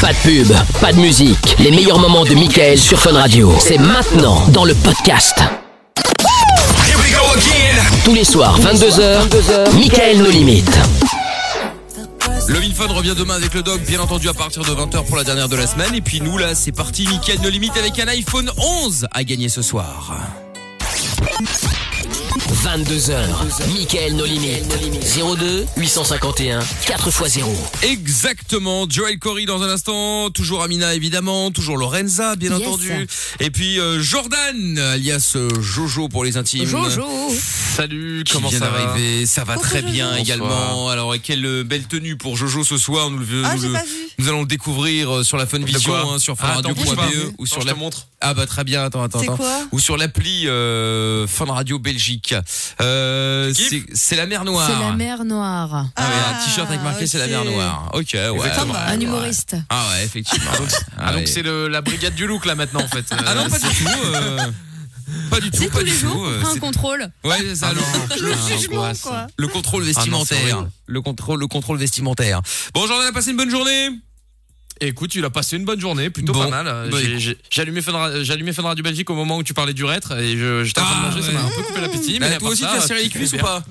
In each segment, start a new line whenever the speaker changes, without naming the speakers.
Pas de pub, pas de musique. Les meilleurs moments de Michael sur Fun Radio. C'est maintenant dans le podcast. Tous les soirs, 22h, 22h Michael nos limites.
Le Vinfun revient demain avec le dog, bien entendu, à partir de 20h pour la dernière de la semaine. Et puis nous, là, c'est parti, Mickaël No Limite avec un iPhone 11 à gagner ce soir.
22h, Michael nos limites. 02 851 4x0.
Exactement, Joel Corey dans un instant, toujours Amina évidemment, toujours Lorenza bien
Yes.
entendu, et puis euh, Jordan, alias euh, Jojo pour les intimes.
Jojo
Salut,
Qui
comment
vient
ça va
d'arriver, ça va très bien
Bonsoir.
également. Alors, quelle euh, belle tenue pour Jojo ce soir. Nous, le-
Ah,
nous
j'ai
le-
pas vu.
nous allons le découvrir euh, sur la Funvision,
De quoi
hein, sur
Ah, attends, bouge pas.
funradio.be E ou sur
je
la
te montre.
Ah bah très bien, attends, attends,
C'est
attends.
quoi
Ou sur l'appli euh, Fun Radio Belgique. Euh,
Kiff
c'est c'est la mer
C'est
noire.
la mer noire.
Ah, ouais, un
Ah,
t-shirt avec marqué c'est la mer
ok.
noire. Ok, ouais.
Exactement.
ouais.
Ah,
Un
ouais.
humoriste.
Ah ouais, effectivement.
Ah, donc c'est
le...
le- la brigade du look là maintenant en fait.
Ah non, pas du tout. euh, Pas du tout,
C'est
pas
tous les
du
jours
tout. euh,
qu'on prend un
c'est-
contrôle.
Ouais, Ah c'est ça, le-
Le jugement, quoi.
le contrôle
c'est
vestimentaire.
horrible.
le contrôle, le contrôle vestimentaire. Bon, Jordan a passé une bonne journée.
Écoute, il a passé une bonne journée, plutôt
Bon.
pas mal. Euh,
Bah,
j'ai-
écoute.
j'ai- J'allumais Fun, Ra- j'allumais Fun Radio Belgique au moment où tu parlais du reître et je- j'étais en train de
Ah,
manger, ça
ouais.
m'a un peu coupé l'appétit.
Bah,
à
toi
part
aussi,
ça,
t'as serré les
c'était
cuisses ou
bien.
pas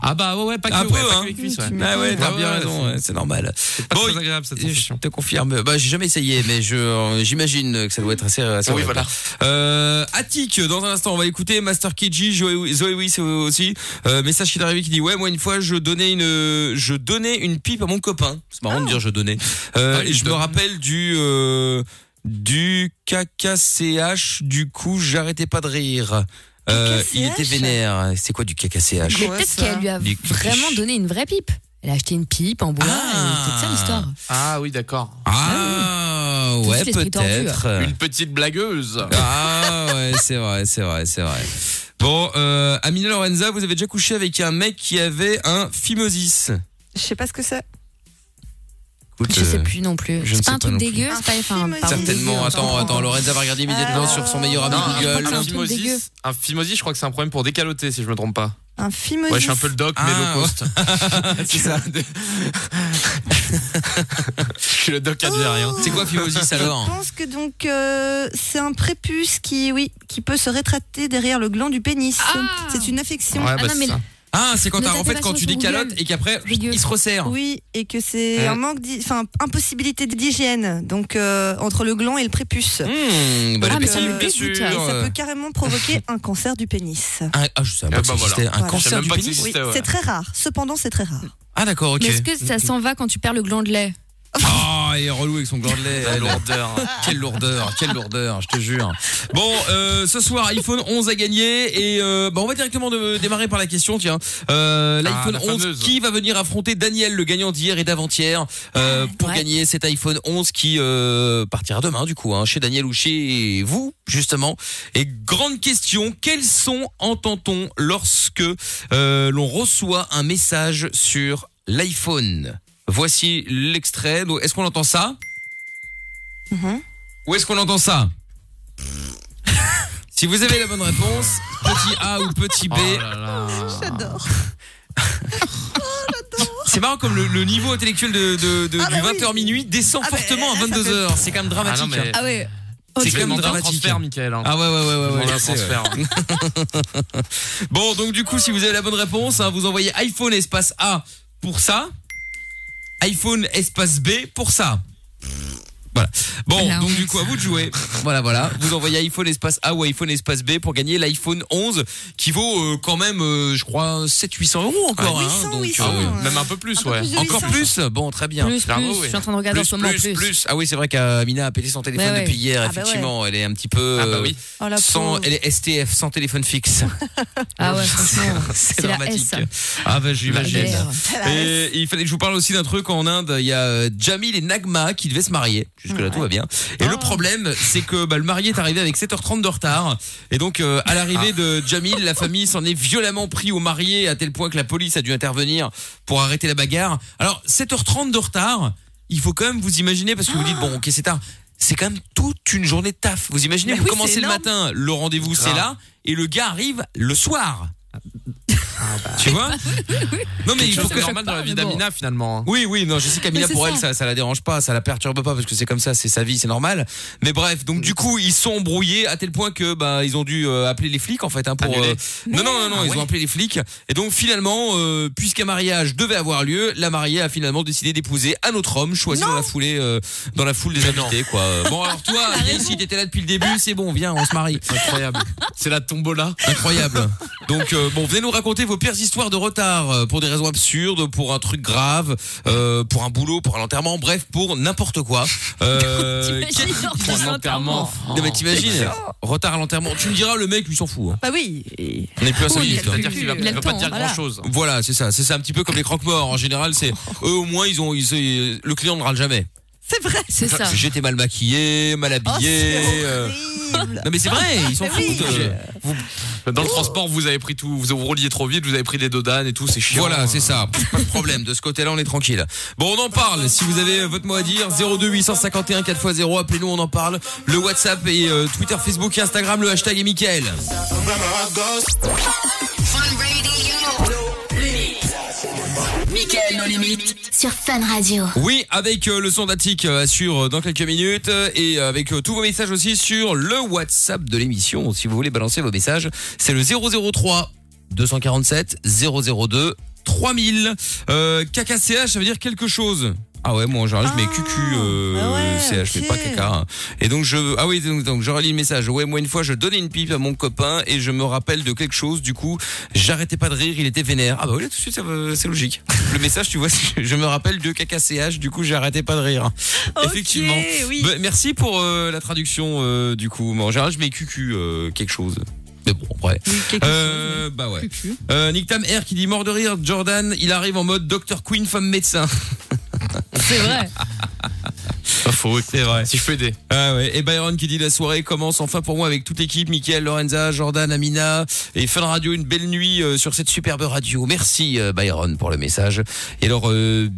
Ah bah ouais, ouais, pas que,
Un
ouais,
peu,
pas
hein.
que les cuisses. Ouais.
Ah ouais, t'as
Ouais,
bien
ouais,
raison,
c'est-
ouais, c'est normal.
Pas
Bon,
très agréable cette
je
sensation.
te confirme. Bah, j'ai jamais essayé, mais je euh, j'imagine que ça doit être assez. assez
Oui,
horrible.
voilà.
Euh, Attic, dans un instant, on va l'écouter. Master KG, Zoé Zoé Wiss aussi. Euh, message qui est arrivé qui dit ouais, moi une fois je donnais une je donnais une pipe à mon copain. C'est marrant de dire je donnais. Euh,
Ah, il
et je me
donne.
rappelle du euh, du KKCH. Du coup, j'arrêtais pas de rire. Euh, il était
KKCH?
vénère. C'est quoi du KKCH
Mais
Ouais,
peut-être
ça.
qu'elle lui a
Du-
vraiment donné une vraie pipe. Elle a acheté une pipe en bois.
Ah.
et C'est peut-être ça l'histoire.
Ah oui, d'accord.
Ah ouais,
oui. Tout de suite, l'esprit tordu.
peut-être.
Une petite blagueuse.
Ah ouais, c'est vrai, c'est vrai, c'est vrai. Bon, euh, Amina Lorenza, vous avez déjà couché avec un mec qui avait un phimosis.
Je sais pas ce que c'est.
Écoute,
Je sais
euh,
plus non plus.
je ne
C'est
sais
pas un
pas
truc
non plus.
dégueu, c'est pas enfin,
film
pardon, hein, dégueu,
certainement.
on
Attends,
s'en
attends,
prend.
Lorenza va regarder immédiatement
Euh,
sur son meilleur ami
Non,
je crois
Google.
que c'est
un
un truc dégueu.
phimosis. euh, Un phimosis, je crois que c'est un problème pour décaloter si je me trompe pas.
Un film
Ouais, je suis un peu le doc, mais
Ah,
low cost.
C'est ça.
Je suis le doc advérien.
hein. C'est quoi phimosis
Je
alors
pense que donc euh, c'est un prépuce qui, oui, qui peut se rétracter derrière le gland du pénis.
Ah
c'est une affection.
Ouais, bah,
Ah non,
c'est
mais
ça.
Ah, c'est quand
Ne
t'as- en
tapez
fait
pas
quand
sur
tu
Google.
décalotes et qu'après
Dégueu.
il se resserre.
Oui, et que c'est
Ouais.
un manque, d'hy- enfin impossibilité d'hygiène. Donc euh, entre le gland et le prépuce.
Hmm, bah,
Ah,
les petits-
mais ça me
euh,
dégoûte.
Et ça
euh,
peut carrément provoquer un cancer du pénis.
Ah, ah, je savais
Eh
pas que ça
bah, voilà.
existait. Un
Voilà.
Je savais
cancer
même
du
pas que
pénis.
ça existait, ouais.
C'est très rare. Cependant, c'est très rare.
Ah d'accord, ok.
Mais est-ce que ça s'en va quand tu perds le gland de lait
Ah, il est relou avec son gland de lait.
La lourdeur.
Quelle lourdeur, quelle lourdeur, je te jure. Bon, euh, ce soir, iPhone 11 à gagner et euh, bah, on va directement de- démarrer par la question, tiens. Euh, L'iPhone
Ah, la
11
fameuse.
qui va venir affronter Daniel, le gagnant d'hier et d'avant-hier, euh, pour
Ouais.
gagner cet iPhone 11 qui euh, partira demain, du coup, hein, chez Daniel ou chez vous, justement. Et grande question, quels sons entend-on lorsque euh, l'on reçoit un message sur l'iPhone Voici l'extrait. Donc, Est-ce qu'on entend ça
Mhm.
Où est-ce qu'on entend ça Si vous avez la bonne réponse, petit A ou petit B.
Oh
Ah.
là là.
J'adore.
C'est marrant comme le, le niveau intellectuel de, de- de-
Ah
du
bah oui.
20h minuit descend
Ah bah,
fortement
là,
à
ça
22h. C'est quand même dramatique.
Ah non, mais-
hein.
Ah ouais.
C'est
C'est
quand
quand
même dramatique.
transfert, Michael. hein.
Ah ouais, ouais, ouais, ouais, ouais,
Demande
je
un
sais, ouais.
transfert.
Bon, donc du coup, si vous avez la bonne réponse, hein, vous envoyez iPhone espace A pour ça, iPhone espace B pour ça. Voilà. Bon,
La
donc
honte.
du coup, à vous de jouer. Voilà, voilà. Vous envoyez iPhone espace A ou iPhone espace B pour gagner l'iPhone 11 qui vaut euh, quand même, euh, je crois, 700-800 euros encore.
Ah,
hein.
800,
donc,
800,
euh,
ouais.
Même un peu plus,
Un peu
ouais.
plus de
Encore
800.
plus Bon, très bien.
Plus,
Bravo,
plus.
oui.
Je suis en train de regarder en
Plus,
ce moment.
plus,
Plus,
plus. Ah oui, c'est vrai qu'Amina a pété son téléphone
Ouais, ouais.
depuis hier,
Ah bah ouais.
effectivement. Elle est un petit peu
Ah bah
euh,
oui.
Oh, la
sans,
pauvre.
elle est STF, sans téléphone fixe.
Ah ouais, franchement.
C'est
C'est la
dramatique.
S.
Ah bah
La
j'imagine.
galère.
Et il fallait que je vous parle aussi d'un truc en Inde. Il y a euh, Jamil et Nagma qui devaient se marier. Jusque là tout va bien. Et
Oh.
le problème, c'est que bah, le marié est arrivé avec 7h30 de retard. Et donc euh, à l'arrivée
Ah.
de Jamil, la famille s'en est violemment pris au marié à tel point que la police a dû intervenir pour arrêter la bagarre. Alors 7h30 de retard, il faut quand même vous imaginer parce que vous
Ah.
dites bon ok c'est tard. C'est quand même toute une journée de taf. Vous imaginez,
Mais
vous
oui, c'est
commencez le
énorme.
Ah.
matin, le rendez-vous c'est
Grave.
là, et le gars arrive le soir.
Ah.
Tu vois Non mais il
Quelque
faut
chose
que
que je-
normal dans la vie
mais bon.
d'Amina finalement. hein.
Oui, oui, non, je sais qu'Amina,
hein. Mais c'est
pour elle,
ça.
ça, ça la dérange pas, ça la perturbe pas, parce que c'est comme ça, c'est sa vie, c'est normal. Mais bref, donc du coup, ils sont embrouillés à tel point que, bah, ils ont dû euh, appeler les flics, en fait, hein, pour.
Annuler.
euh, Non, non, non, non,
Ah
ils
ouais.
ont appelé les flics. Et donc, finalement, euh, puisqu'un mariage devait avoir lieu, la mariée a finalement décidé d'épouser un autre homme, choisi dans la foulée, euh, dans la foule des invités, quoi. Euh, Bon, alors toi, Yael, si t'étais là depuis le début, c'est bon, viens, on se marie.
Incroyable. C'est la tombola.
Incroyable. Donc euh, bon, venez nous raconter vos pires histoires de retard euh, pour des raisons absurdes, pour un truc grave, euh, pour un boulot, pour un enterrement, bref, pour n'importe quoi. Euh,
T'imagines, genre,
Pour
t'as
un
un
enterrement.
enterrement.
non mais t'imagines retard à l'enterrement. Tu me diras le mec lui s'en fout. hein.
Bah oui. et-
On est plus à cinq
Oui,
minutes, là.
C'est-à-dire qu'il va,
Il a
il va
le
pas
temps,
te dire
voilà.
grand chose.
Voilà, c'est ça. C'est ça un petit peu comme les croque-morts. En général, c'est eux au moins ils ont ils- ils- le client ne râle jamais.
C'est vrai.
C'est ça.
J'étais mal maquillé, mal
Oh,
habillé.
c'est
euh.
horrible.
Non mais c'est vrai, ils s'en
Mais oui.
foutent. euh.
Dans le transport, vous avez pris tout, vous vous rouliez trop vite, vous avez pris des dodanes et tout, c'est chiant.
Voilà, c'est ça. Pas de problème. De ce côté-là, on est tranquille. Bon, on en parle. Si vous avez euh, votre mot à dire, 02 851 4x0, appelez-nous, on en parle. Le WhatsApp et euh, Twitter, Facebook et Instagram, le hashtag est Michael.
Michael, nos limites.
sur Fun Radio.
Oui, avec euh, le son d'Attic euh, assure euh, dans quelques minutes euh, et euh, avec euh, tous vos messages aussi sur le WhatsApp de l'émission. Si vous voulez balancer vos messages, c'est le 003 247 002 3000. Euh, KKCH, ça veut dire quelque chose. Ah ouais, moi en général, je mets
Ah,
QQ, euh,
ah ouais,
CH, je mets pas
ok.
KK. hein. Et donc je, ah oui, donc, donc je relis le message. Ouais, moi une fois, je donnais une pipe à mon copain et je me rappelle de quelque chose. Du coup, j'arrêtais pas de rire, il était vénère. Ah bah oui, là, tout de suite, ça va- c'est logique. Le message, tu vois, c'est- je me rappelle de KKCH. Du coup, j'arrêtais pas de rire.
Ok,
Effectivement.
oui.
Bah, merci pour euh, la traduction. euh, du coup, moi en général, je mets QQ euh, quelque chose. Mais bon, après.
Oui, quelque chose.
Euh, bah ouais. Euh, Nick Tam R qui dit mort de rire, Jordan, il arrive en mode Dr Queen femme médecin.
C'est vrai.
Ah,
Pas faux.
C'est vrai.
Ah, Si je peux aider.
Ah ouais. Et Byron qui dit la soirée commence enfin pour moi avec toute l'équipe, Mickaël, Lorenza, Jordan, Amina et Fun Radio, une belle nuit euh, sur cette superbe radio. Merci euh, Byron pour le message. Et alors euh,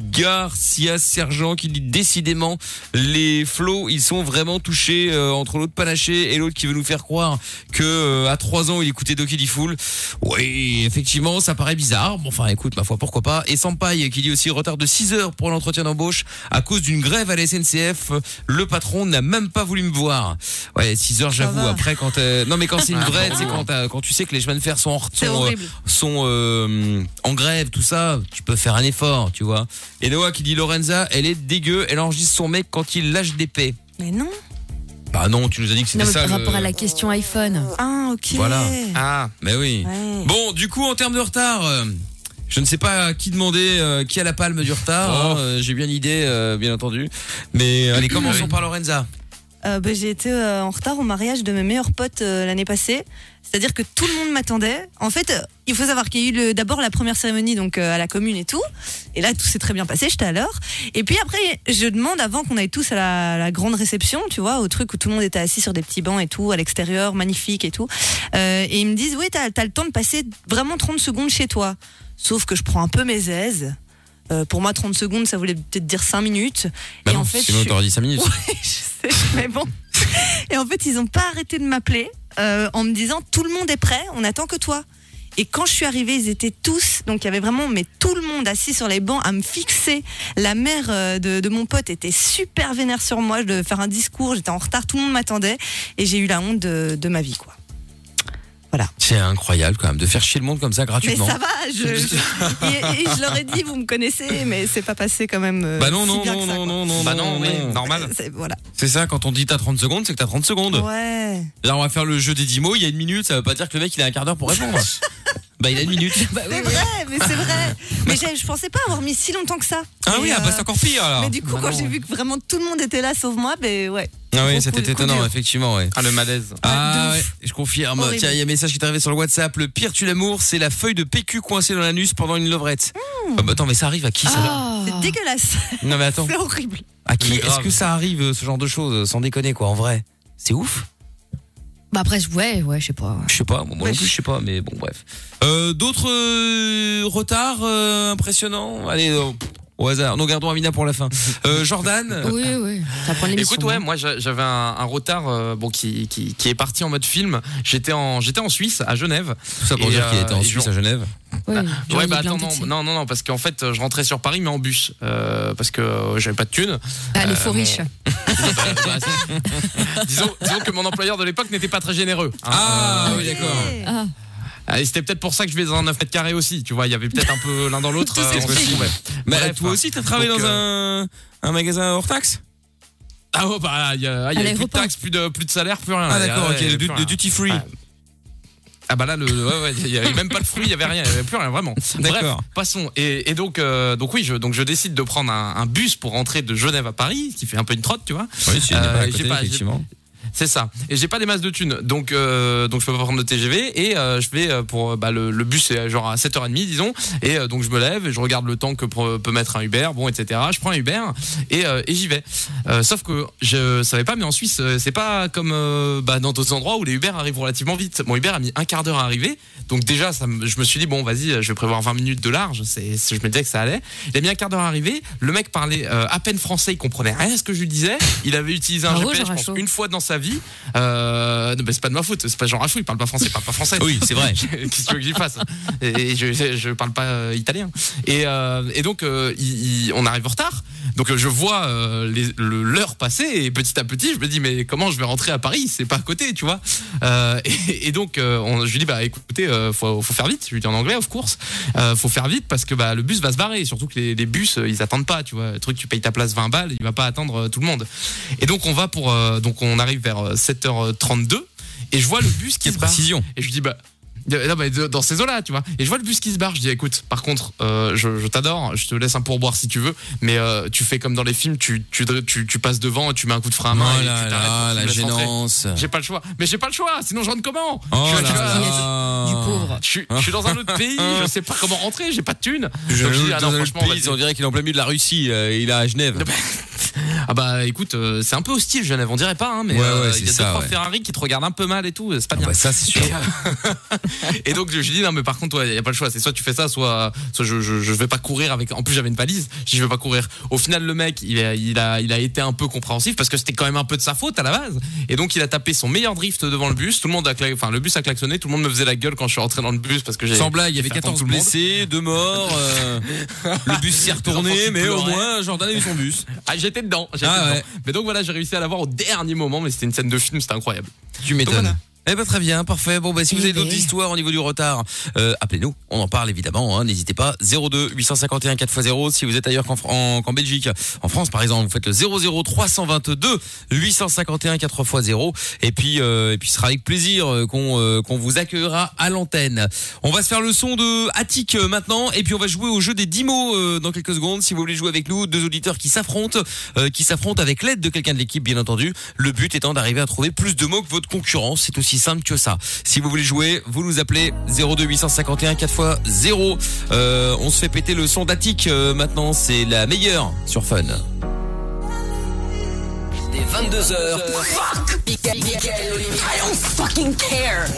Bigarcia Sergent qui dit décidément les flots ils sont vraiment touchés euh, entre l'autre panaché et l'autre qui veut nous faire croire que euh, à 3 ans il écoutait Doki D Fool. Oui, effectivement, ça paraît bizarre. Bon, enfin, écoute, ma foi, pourquoi pas. Et Sampaï qui dit aussi retard de 6 heures pour l'entretien d'embauche à cause d'une grève à la SNCF. Le patron n'a même pas voulu me voir. Ouais, 6 heures, j'avoue.
va.
Après, quand euh, non, mais quand c'est une
Ah,
grève,
bon.
c'est quand, t'as- quand tu sais que les chemins de fer sont en,
C'est
sont, euh,
horrible.
sont euh, en grève, tout ça, tu peux faire un effort, tu vois. Et Noah qui dit Lorenza, elle est dégueu. Elle enregistre son mec quand il lâche des paix.
Mais non.
Bah non, tu nous as dit que c'était
Non, mais
ça.
par
le-
rapport à la question iPhone.
Ah, ok.
Voilà.
Ah.
Mais oui.
Ouais.
Bon, du coup, en termes de retard, euh, je ne sais pas à qui demander euh, qui a la palme du retard.
Oh.
hein, euh, J'ai bien l'idée, euh, bien entendu. Mais euh, allez, commençons par Lorenza.
Euh, bah, j'ai été euh, en retard au mariage de mes meilleurs potes euh, l'année passée. C'est-à-dire que tout le monde m'attendait. En fait, euh, il faut savoir qu'il y a eu le- d'abord la première cérémonie donc euh, à la commune et tout. Et là, tout s'est très bien passé, j'étais à l'heure. Et puis après, je demande avant qu'on aille tous à la, la grande réception, tu vois, au truc où tout le monde était assis sur des petits bancs et tout, à l'extérieur, magnifique et tout. Euh, et ils me disent, oui, t'as as le temps de passer vraiment 30 secondes chez toi. Sauf que je prends un peu mes aises. Euh, pour moi, 30 secondes, ça voulait peut-être dire 5 minutes.
Bah
et en fait, je-
dit 5 minutes.
Ouais, je sais, mais bon. Et en fait, ils n'ont pas arrêté de m'appeler euh, en me disant tout le monde est prêt, on attend que toi. Et quand je suis arrivée, ils étaient tous, donc il y avait vraiment mais tout le monde assis sur les bancs à me fixer. La mère euh, de, de mon pote était super vénère sur moi, je devais faire un discours, j'étais en retard, tout le monde m'attendait et j'ai eu la honte de, de ma vie quoi.
C'est incroyable quand même de faire chier le monde comme ça
Mais
gratuitement.
ça va, je, je- et, et je leur ai dit vous me connaissez, mais c'est pas passé quand même. euh,
bah non,
si
non,
bien que
non,
ça,
non,
quoi.
non, non.
Bah non,
non,
oui,
non.
normal.
C'est- Voilà.
C'est ça, quand on dit t'as 30 secondes, c'est que t'as 30 secondes.
Ouais.
Là, on va faire le jeu des 10 mots, il y a une minute, ça veut pas dire que le mec il a un quart d'heure pour répondre. bah, il a une minute.
C'est vrai, mais c'est vrai. Mais j'ai- je pensais pas avoir mis si longtemps que ça.
Ah
Et,
oui, ah
euh,
bah c'est encore pire alors.
Mais du coup,
Bah
quand
non.
j'ai vu que vraiment tout le monde était là sauf moi, ben ouais.
Ah oui,
Gros
c'était
coup- coup
étonnant,
dur.
effectivement, ouais.
Ah, le malaise.
Ah
de
ouais,
ouf.
je confirme.
Horrible.
Tiens, il y a un message qui est arrivé sur le WhatsApp. Le pire tu l'amour, c'est la feuille de PQ coincée dans l'anus pendant une levrette.
Mmh.
Ah bah attends, mais ça arrive à qui ça
Ah.
C'est dégueulasse.
Non mais attends,
C'est horrible.
à qui
Mais grave.
est-ce que ça arrive euh, ce genre de choses euh, Sans déconner quoi, en vrai. C'est ouf.
Bah après, je- ouais, ouais, je sais pas.
Je sais pas, moi, moi
Ouais,
non plus
je-
je sais pas, mais bon bref. Euh, D'autres euh, retards euh, impressionnants Allez, euh, au hasard. Nous gardons Amina pour la fin. Euh, Jordan,
Oui, oui. Ça prend l'émission. hein.
Écoute, ouais, moi j'a- j'avais un, un retard euh, bon, qui, qui, qui est parti en mode film. J'étais en, j'étais en Suisse, à Genève.
tout ça pour
Et,
dire qu'il
euh,
était en
et
Suisse
Jean-
à Genève.
Ouais,
ouais, bah attends, non, non, non, non, parce qu'en fait, euh, je rentrais sur Paris, mais en bus, euh, parce que euh, j'avais pas de thunes.
Ah, les
Euh,
faux
mon-
riches.
Bah, c'est- disons, disons que mon employeur de l'époque n'était pas très généreux. hein.
Ah oui, d'accord.
Eh.
Ah,
Ah, et c'était peut-être pour ça que je vais dans un 9 mètres carrés aussi, tu vois, il y avait peut-être un peu l'un dans l'autre.
Tout
euh,
s'est
on se
fait.
trouvait.
Mais
Bref,
toi aussi, t'as travaillé
donc, euh,
dans un, un magasin hors taxe
Ah ouais, bah, il y, a- il y
À
avait plus de
l'aéroport.
taxes, plus de, plus de salaire, plus rien.
Ah
Il y a-
d'accord, ok,
il y
le
avait
du-
plus
le
rien.
duty free.
Ah. Ah bah là, le, ouais, ouais, il y avait même pas de fruit, il y avait rien, il y avait plus rien, vraiment. Bref,
D'accord.
passons. Et, et donc, euh, donc oui, je, donc je décide de prendre un, un bus pour rentrer de Genève à Paris, qui fait un peu une trotte, tu vois.
Oui, si, il n'est pas à
Euh, j'ai
côté,
pas- j'ai-
effectivement.
C'est ça. Et j'ai pas des masses de thunes, donc euh, donc je peux pas prendre de TGV et euh, je vais euh, pour euh, bah, le, le bus c'est genre à 7h30 disons et euh, donc je me lève et je regarde le temps que pre- peut mettre un Uber, bon etc. Je prends un Uber et, euh, et j'y vais. Euh, sauf que je savais pas mais en Suisse euh, c'est pas comme euh, bah, dans d'autres endroits où les Uber arrivent relativement vite. Mon Uber a mis un quart d'heure à arriver, donc déjà ça, me- je me suis dit bon vas-y euh, je vais prévoir 20 minutes de large. C'est c'est- je me disais que ça allait. Il a mis un quart d'heure à arriver. Le mec parlait euh, à peine français, il comprenait rien à ce que je lui disais. Il avait utilisé un
Bravo,
GPS je
Jean
pense,
Rachaud.
une fois dans sa vie. Euh, non, mais c'est pas de ma faute, c'est pas Jean Rachou, il parle pas français, il parle pas français.
Oui, c'est vrai.
Qu'est-ce que tu veux que j'y fasse Et je, je parle pas euh, italien. Et, euh, et donc, euh, il- il- on arrive en retard. Donc, euh, je vois euh, les- le- l'heure passer et petit à petit, je me dis, mais comment je vais rentrer à Paris C'est pas à côté, tu vois. Euh, et, et donc, euh, on- je lui dis, bah écoutez, euh, faut, faut faire vite. Je lui dis en anglais, of course. Euh, faut faire vite parce que bah, le bus va se barrer. Surtout que les, les bus, euh, ils attendent pas, tu vois. Le truc, tu payes ta place 20 balles, il va pas attendre euh, tout le monde. Et donc, on va pour. euh, donc, on arrive vers euh, 7h32 et je vois le bus qui
Quelle
se barre.
précision.
Et je lui dis, bah. euh, Non, mais de- dans ces eaux-là, tu vois. Et je vois le bus qui se barre. Je dis, écoute, par contre, euh, je, je t'adore. Je te laisse un pourboire si tu veux. Mais euh, tu fais comme dans les films, tu, tu, tu, tu passes devant, tu mets un coup de frein à main.
Oh
et
là
tu
là,
t'arrêtes, tu
la
me laisses rentrer.
gênance.
J'ai pas le choix. Mais j'ai pas le choix. Sinon, je rentre comment
Oh
je, suis-
là
tu vois,
là.
du pauvre.
je suis- je suis dans un autre pays. Je sais pas comment rentrer. J'ai pas de thune.
Je
Donc, je dis, ah non,
dans un
franchement,
pays,
vas-y.
on dirait qu'il est en plein milieu de la Russie. euh, il est à Genève.
Ah bah écoute, euh, c'est un peu hostile, Genève. On dirait pas, hein, mais
Ouais, ouais,
euh,
c'est
il y a deux
ça,
trois
ouais.
Ferrari qui te regardent un peu mal et tout. C'est pas
Ah
bien.
bah ça, c'est sûr.
Et donc je lui dis non mais par contre il y a pas le choix, c'est soit tu fais ça soit soit je, je je vais pas courir avec en plus j'avais une valise, je dis, je vais pas courir. Au final le mec, il a il a il a été un peu compréhensif parce que c'était quand même un peu de sa faute à la base. Et donc il a tapé son meilleur drift devant le bus, tout le monde a cla- enfin le bus a klaxonné, tout le monde me faisait la gueule quand je suis rentré dans le bus parce que j'ai
Sans blague, il y avait
fait attendre
14
tout le monde.
blessés, 2 morts. euh, le bus s'est
enfants
retourné,
qui
mais au
pleuraient.
moins, Jordan a eu son bus.
Ah, j'étais dedans, j'étais
Ah
dedans.
ouais.
Mais donc voilà, j'ai réussi à l'avoir au dernier moment mais c'était une scène de film, c'était incroyable.
Tu
Donc
m'étonnes.
voilà.
Eh ben très bien, parfait. Bon bah si vous
Eh
avez d'autres
ben.
histoires au niveau du retard, euh, appelez-nous, on en parle évidemment, hein, n'hésitez pas. 02 851 4x0 si vous êtes ailleurs qu'en Fr- en- qu'en Belgique. En France par exemple, vous faites le 00 322 851 4x0 et puis euh, et puis ce sera avec plaisir euh, qu'on euh, qu'on vous accueillera à l'antenne. On va se faire le son de Attic euh, maintenant et puis on va jouer au jeu des 10 mots euh, dans quelques secondes si vous voulez jouer avec nous, deux auditeurs qui s'affrontent euh, qui s'affrontent avec l'aide de quelqu'un de l'équipe, bien entendu. Le but étant d'arriver à trouver plus de mots que votre concurrent. C'est aussi simple que ça. Si vous voulez jouer, vous nous appelez 02 851 4x0. Euh, on se fait péter le son d'Attic euh, maintenant. C'est la meilleure sur Fun.
Dès 22h. Fuck Mickaël, Mickaël, Olivier. I don't fucking care.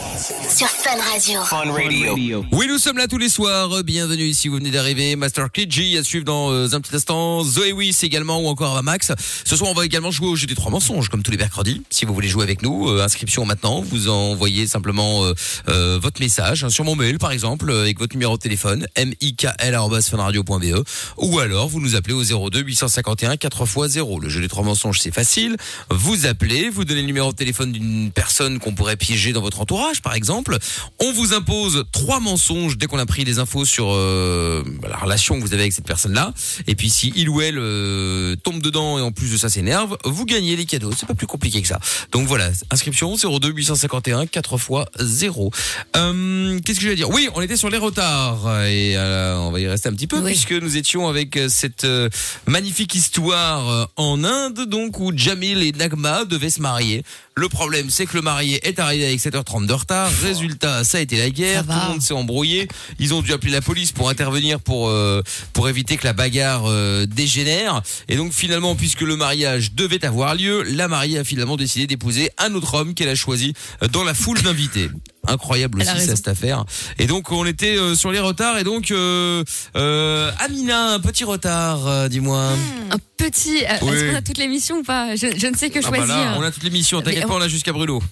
sur Fun Radio.
Oui, nous sommes là tous les soirs. Bienvenue si vous venez d'arriver. Master Klidji à suivre dans euh, un petit instant. Zoé Wiss également ou encore Max. Ce soir, on va également jouer au jeu des trois mensonges comme tous les mercredis. Si vous voulez jouer avec nous, euh, inscription maintenant. Vous envoyez simplement euh, euh, votre message hein, sur mon mail par exemple euh, avec votre numéro de téléphone mikl@funradio.be e. ou alors vous nous appelez au 02 851 4x0. Le jeu des trois mensonges, c'est facile. Vous appelez, vous donnez le numéro de téléphone d'une personne qu'on pourrait piéger dans votre entourage, par exemple. On vous impose trois mensonges dès qu'on a pris les infos sur euh, bah, la relation que vous avez avec cette personne-là. Et puis si il ou elle euh, tombe dedans et en plus de ça s'énerve, vous gagnez les cadeaux. C'est pas plus compliqué que ça. Donc voilà, inscription 02 851 4 x 0. Euh, Qu'est-ce que je vais dire Oui, on était sur les retards et euh, on va y rester un petit peu
Oui.
puisque nous étions avec euh, cette euh, magnifique histoire euh, en Inde donc où Jamil et Nagma devaient se marier. Le problème c'est que le marié est arrivé avec 7h30 de retard. Résultat, ça a été la guerre,
Ça
tout
va.
le monde s'est embrouillé. Ils ont dû appeler la police pour intervenir pour euh, pour éviter que la bagarre euh, dégénère. Et donc finalement, puisque le mariage devait avoir lieu, la mariée a finalement décidé d'épouser un autre homme qu'elle a choisi dans la foule d'invités. incroyable
Elle a
aussi ça,
raison.
cette affaire. Et donc on était euh, sur les retards et donc euh, euh, Amina, un petit retard, euh, dis-moi.
Un petit. euh,
Oui.
Est-ce qu'on a toute l'émission ou pas je, je ne sais que
Ah bah
choisir.
là, on a toute l'émission, t'inquiète
Mais-
pas, on a jusqu'à Bruno.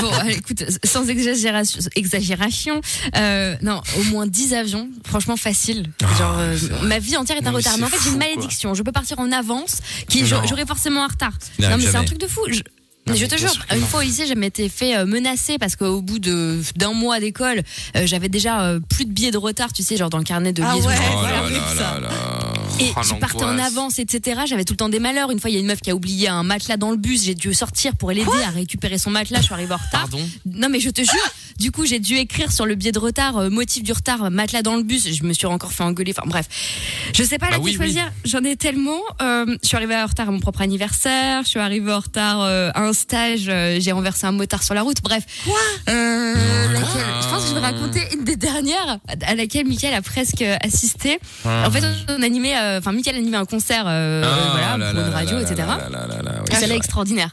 Bon, euh, écoute, sans exagération, exagération euh, non, au moins 10 avions, franchement facile. Genre, euh, ma vie entière est
Ah, Non,
un
mais
retard.
c'est
Mais en fait, j'ai
fou,
une
quoi.
malédiction. Je peux partir en avance, qui j'a-
Non.
j'aurai forcément un retard.
Non,
Non, mais c'est
jamais.
un truc de fou. Je...
Non,
mais je
mais
te
bien
jure,
sûr que
une
non.
fois au lycée, j'avais été fait euh, menacer parce qu'au bout de d'un mois d'école, euh, j'avais déjà euh, plus de billets de retard, tu sais, genre dans le carnet de
Ah
liaison.
ouais,
Oh
ça
là
arrive,
là là
ça.
là.
Et
Oh,
je partais en
l'angoisse.
avance, etc. J'avais tout le temps des malheurs. Une fois, il y a une meuf qui a oublié un matelas dans le bus. J'ai dû sortir pour l'aider à récupérer son matelas. Je suis arrivée en retard.
Pardon
Non mais je te jure, du coup j'ai dû écrire sur le biais de retard, euh, motif du retard, euh, matelas dans le bus, je me suis encore fait engueuler, enfin bref. Je sais pas
Bah
laquelle
oui, oui.
choisir, j'en ai tellement. euh, je suis arrivée en retard à mon propre anniversaire, je suis arrivée en retard euh, à un stage, euh, j'ai renversé un motard sur la route, bref. Quoi Euh, Je pense que je vais raconter une des dernières à laquelle Mickaël a presque euh, assisté. En fait on animait, euh, enfin Mickaël animait un concert euh,
Ah là
voilà, pour
là
une
là
radio,
là
etc.
là là là là là, oui,
C'est
c'est vrai.
extraordinaire.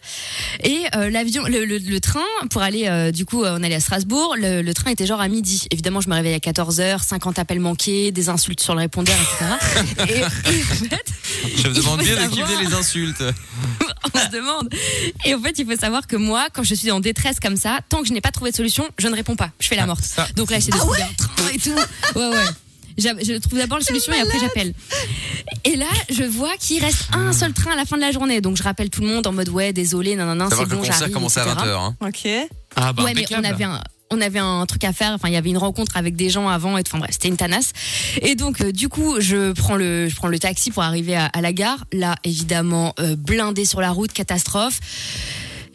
Et euh, l'avion, le, le- le train, pour aller, euh, du coup, euh, on allait à Strasbourg, le, le train était genre à midi. Évidemment, je me réveillais à 14h, 50 appels manqués, des insultes sur le répondeur, etc. et, et en fait,
Je me demande
Il faut
bien de qui
savoir.
venaient les insultes.
on se demande. Et en fait, il faut savoir que moi, quand je suis en détresse comme ça, tant que je n'ai pas trouvé de solution, je ne réponds pas. Je
Ah,
fais la morte. Donc là, j'essaie de trouver un train et tout. Ouais, ouais. J'a- Je trouve d'abord la solution et après j'appelle. Et là, je vois qu'il reste un seul train à la fin de la journée. Donc je rappelle tout le monde en mode ouais, désolé, non, non, non, c'est
Savoir que le
bon,
concert
j'arrive.
commençait à
etc.
20h. Hein.
Ok.
Ah bah
ouais, mais on
impeccable.
avait un on avait un truc à faire, enfin il y avait une rencontre avec des gens avant et tout. enfin bref, c'était une tanasse. Et donc euh, du coup, je prends le je prends le taxi pour arriver à, à la gare. Là, évidemment, euh, blindé sur la route, catastrophe.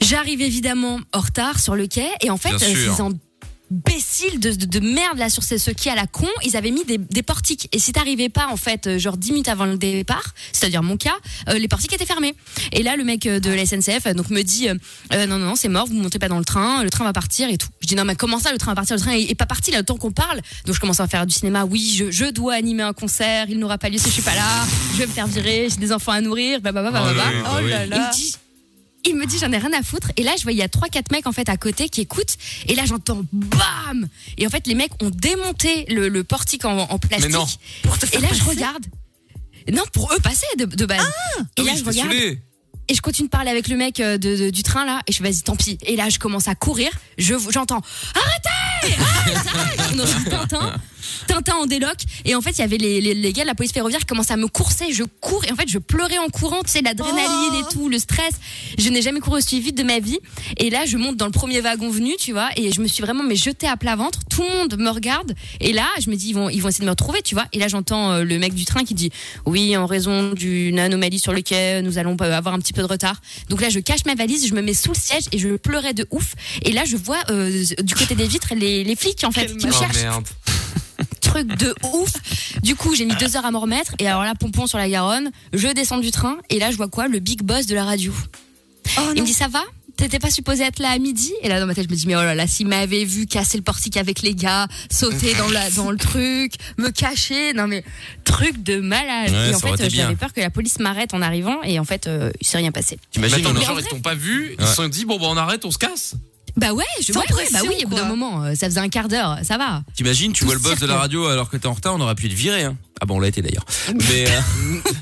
J'arrive évidemment en retard sur le quai et en fait,
Bien
euh,
sûr.
ces imbéciles de, de, de merde là sur ce, ce quai à la con, ils avaient mis des, des portiques et si t'arrivais pas en fait euh, genre 10 minutes avant le départ, c'est-à-dire mon cas, euh, les portiques étaient fermés. Et là, le mec euh, de la SNCF euh, donc me dit euh, Euh, non non non, c'est mort, vous montez pas dans le train, le train va partir et tout. Je dis non mais comment ça le train va partir, le train est, est pas parti là le temps qu'on parle. Donc je commence à faire du cinéma, oui, je, je dois animer un concert, il n'aura pas lieu si je suis pas là, je vais me faire virer, j'ai des enfants à nourrir, bah bah bah bah bah. bah.
Oh là
Il me
là.
dit, il me dit j'en ai rien à foutre. Et là, je vois, il y a 3-4 mecs en fait à côté qui écoutent. Et là, j'entends BAM Et en fait, les mecs ont démonté le, le portique en, en plastique.
non.
et là, je regarde. Non, pour eux passer de, de base. et
Ah
là,
oui,
je
j'étais
regarde.
saoulé.
Et je continue de parler avec le mec euh, de- de- du train là. Et je fais vas-y, tant pis. Et là, je commence à courir. Je J'entends Arrêtez Arrête, arrête On entend Tintin. Tintin en déloc. Et en fait, il y avait les, les, les gars de la police ferroviaire qui commençaient à me courser. Je cours. Et en fait, je pleurais en courant. Tu sais, l'adrénaline et tout, le stress. Je n'ai jamais couru aussi vite de ma vie. Et là, je monte dans le premier wagon venu, tu vois. Et je me suis vraiment mais jetée à plat ventre. Tout le monde me regarde. Et là, je me dis, ils vont, ils vont essayer de me retrouver, tu vois. Et là, j'entends euh, le mec du train qui dit, oui, en raison d'une anomalie sur le quai, nous allons euh, avoir un petit peu de retard. Donc là, je cache ma valise, je me mets sous le siège et je pleurais de ouf. Et là, je vois euh, du côté des vitres les, les flics, en fait,
Quel
qui me
Oh
cherchent
merde.
truc de ouf. Du coup, j'ai mis deux heures à me remettre. Et alors là, pompon sur la Garonne, je descends du train. Et là, je vois quoi Le big boss de la radio.
Oh
Il
non.
me dit ça va T'étais pas supposé être là à midi Et là dans ma tête je me dis mais oh là là s'il m'avait vu casser le portique avec les gars, sauter dans la dans le truc, me cacher, non mais truc de malade.
Ouais,
et
ça
en
aurait été
fait
bien.
j'avais peur que la police m'arrête en arrivant et en fait euh, il s'est rien passé.
T'imagines,
Attends,
on
les
a-
gens
Mais en
ils
vrai-
t'ont pas vu, ils
Ouais.
se sont dit bon bah on arrête, on se casse.
Bah ouais, je
Sans
ouais, ouais, bah
pression,
oui, au bout d'un
quoi.
moment euh, ça faisait un quart d'heure, ça va.
T'imagines, tu
Tout
vois le boss de la
cirque.
radio alors que t'es en retard, on aurait pu te virer. Hein. Ah bon, on l'a été d'ailleurs. Mais euh,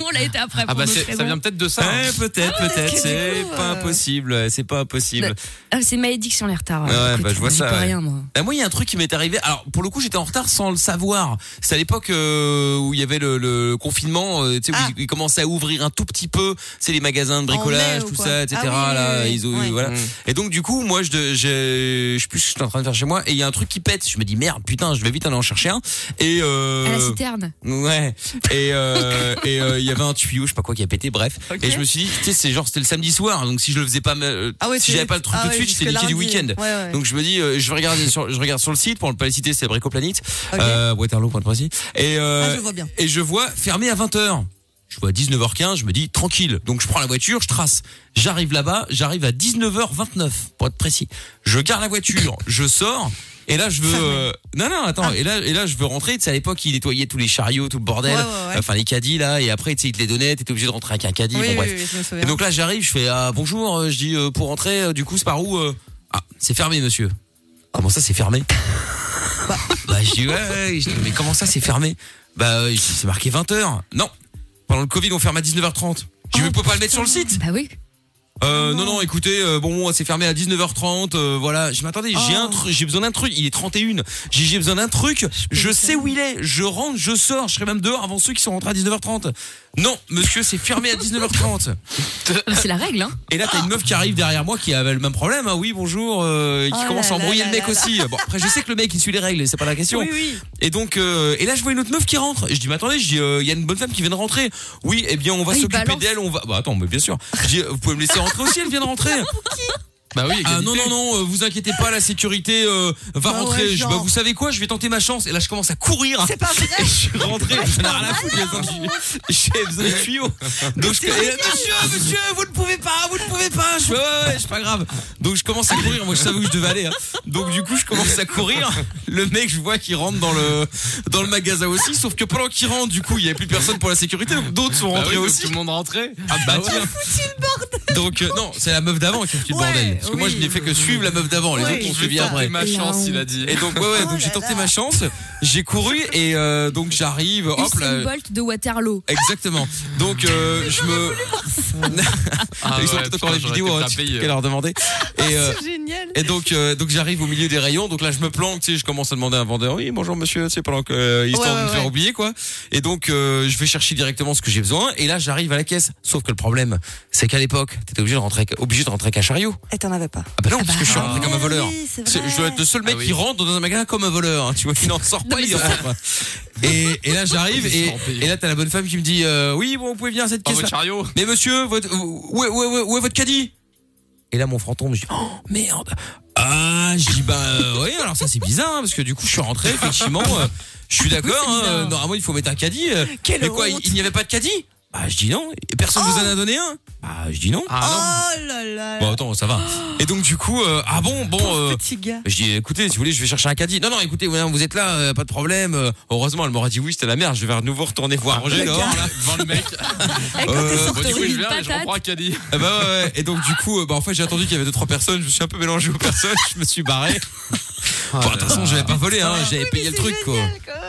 On l'a été après pour
Ah bah
d'autres
c'est- ça
raisons.
vient peut-être de ça. hein.
Ah,
ouais, Eh, peut-être, peut-être,
que du
c'est
coup,
pas
euh,
impossible, ouais, c'est pas impossible.
Ah, c'est malédiction les retards.
Ouais,
Écoute,
bah, je vois
j'y
ça,
peux
ouais.
rien moi.
Ah, moi, il y a un truc qui m'est arrivé. Alors, pour le coup, j'étais en retard sans le savoir. C'est à l'époque euh, où il y avait le, le confinement, euh, tu sais, où
Ah.
ils, ils commençaient à ouvrir un tout petit peu, c'est les magasins de
mai
bricolage,
ou
tout
quoi
ça, etc.
Ah oui,
là,
oui, oui,
ils ont-
ouais.
voilà.
Mm.
Et donc du coup, moi je de- je je sais plus ce que j'étais en train de faire chez moi et il y a un truc qui pète. Je me dis merde, putain, je vais vite aller en chercher un. Et euh,
À la citerne.
Ouais. Et euh, et euh, il y avait un tuyau, je sais pas quoi qui a pété. Bref. Et je me suis dit, tu sais, c'est genre c'était le samedi soir, donc si je le faisais pas, euh,
Ah ouais,
si
tu-
j'avais pas le truc
ah
tout de
ouais,
suite, j'étais
jusque
niqué du
lundi.
week-end.
Ouais, ouais.
Donc je me dis, euh, je vais regarder sur, je regarde sur le site pour ne pas le citer, c'est Bricoplanet,
Ok.
euh, Waterloo point de Poissy. Et euh,
Ah, je vois bien.
et je vois fermé à 20h. Je vois 19h15, je me dis tranquille. Donc je prends la voiture, je trace. J'arrive là-bas, j'arrive à 19h29 pour être précis. Je garde la voiture, je sors et là je veux euh, non non attends
Ah.
et là et là je veux rentrer, tu sais à l'époque ils nettoyaient tous les chariots, tout le bordel,
Ouais, ouais, ouais.
enfin les caddies là et après tu sais ils te les donnaient, t'étais obligé de rentrer avec un caddie,
Oui,
bon,
oui,
bref.
oui, je me souviens.
Et donc là, j'arrive, je fais ah, bonjour, euh, je dis euh, pour rentrer, euh, du coup, c'est par où euh, Ah, c'est fermé, monsieur. Comment ça, c'est fermé Bah, bah, je dis, ouais, ouais. Je dis, mais comment ça, c'est fermé Bah, euh, je dis, c'est marqué 20h. Non. Pendant le Covid, on ferme à 19h30. Je ne peux pas le mettre sur le site.
Bah oui.
Euh, Oh. non, non, écoutez, euh, bon, c'est fermé à 19h30, euh, voilà. Je m'attendais, j'ai un truc, j'ai besoin d'un truc. Il est 31. J'ai j'ai besoin d'un truc. Oh. Je sais où il est. Je rentre, je sors. Je serai même dehors avant ceux qui sont rentrés à 19h30. Non, monsieur, c'est fermé à 19h30. Euh,
Mais C'est la règle, hein.
Et là, t'as une meuf qui arrive derrière moi qui avait le même problème. hein. Oui, bonjour. euh, et qui
Oh
commence à
là
embrouiller
là
le mec
là
aussi. Bon, après, je sais que le mec, il suit les règles, c'est pas la question.
Oui, oui.
Et donc, euh, et là, je vois une autre meuf qui rentre. Et je dis, mais attendez, je dis, euh, il y a une bonne femme qui vient de rentrer. Oui, eh bien, on va
Ah, il
s'occuper
balance.
d'elle. On va. Bah attends, mais bien sûr. Je dis, euh, vous pouvez me laisser rentrer aussi. Elle vient de rentrer.
Bah oui,
Ah
égalité.
non non non, euh, vous inquiétez pas, la sécurité euh, va
Bah
rentrer.
ouais,
Je-
genre.
bah, vous savez quoi, je vais tenter ma chance. Et là, je commence à courir.
C'est pas vrai.
Je suis rentré, j'en ai rien à foutre, j'ai besoin de- j'ai besoin de tuyaux. Donc je et là, monsieur, monsieur, vous ne pouvez pas, vous ne pouvez pas. Je fais, ouais, ouais, ouais, c'est pas grave. Donc je commence à courir, moi je savais où je devais aller. hein. Donc du coup, je commence à courir. Le mec, je vois qu'il rentre dans le dans le magasin aussi, sauf que pendant qu'il rentre, du coup, il y avait plus personne pour la sécurité. Donc d'autres sont
Bah
rentrés
oui, donc
aussi.
Tout le monde rentrait.
Ah bah tiens. Donc euh, non, c'est la meuf d'avant qui a foutu le
Ouais,
bordel. Parce que moi
oui.
je n'ai fait que suivre la meuf d'avant, les
Oui,
autres on
je
suivi après.
Ah, ma chance, il a dit.
Et donc ouais
Oh
ouais, donc j'ai tenté ma chance, j'ai couru et euh, donc j'arrive, hop
Usain
là.
Bolt de Waterloo.
Exactement. Donc euh, je me
Ah
ils sont
ouais,
peut-être
putain,
encore les
j'aurais
vidéos
été
hein,
tapé,
tu-
euh.
qu'elle leur demander.
Ah,
Et euh,
Génial.
et donc, euh, donc j'arrive au milieu des rayons. Donc là, je me planque, tu sais, je commence à demander à un vendeur, oui, bonjour monsieur, c'est pendant que euh, histoire
Ouais,
de me
ouais,
faire
ouais.
oublier quoi. Et donc, euh, je vais chercher directement ce que j'ai besoin. Et là, j'arrive à la caisse. Sauf que le problème, c'est qu'à l'époque, t'étais obligé de rentrer, obligé de rentrer qu'à chariot.
Et t'en avais pas.
Ah bah non, parce que je suis rentré comme un
Ah
voleur.
oui, c'est
C'est-
vrai.
je dois être le seul mec
Ah oui.
qui rentre dans un magasin comme un voleur. hein, tu vois, il n'en sort pas,
mais
il
c'est
rentre. Et, et là, j'arrive
Ils
et,
sont payés.
et là, t'as la bonne femme qui me dit, euh, oui, bon, vous pouvez venir à cette
Dans
caisse.
votre chariot.
Mais monsieur, votre, où, est, où est- où est- où est votre caddie Et là, mon fantôme, je dis, oh merde Ah, je dis, bah euh, oui, alors ça c'est bizarre, hein, parce que du coup, je suis rentré, effectivement, euh, je suis d'accord, hein,
bizarre.
euh, normalement, il faut mettre un caddie. euh,
Quelle
mais quoi, il,
honte.
il n'y avait pas de caddie Bah, je dis non. Et personne
Oh.
vous en a donné un Bah, je dis non.
Ah
Oh là là.
Bon, attends, ça va.
Oh.
Et donc, du coup, euh, ah bon, bon.
Pauvre
euh,
petit gars.
je dis, écoutez, si vous voulez, je vais chercher un caddie. Non, non, écoutez, ouais, vous êtes là, euh, pas de problème. Euh, heureusement, elle m'aura dit oui, c'était la merde. Je vais à nouveau retourner voir Roger dehors, là, devant le mec.
Eh, quand
euh,
t'es
non. Bon,
sorti,
bah, du coup, je
Une
viens et je
patate.
reprends un caddie.
Ah bah ouais, ouais. Et donc du coup, euh, bah en fait, j'ai attendu qu'il y avait deux trois personnes. Je me suis un peu mélangé aux personnes. Je me suis barré. Bon, de toute façon, j'avais pas volé, hein. J'avais payé le truc, quoi.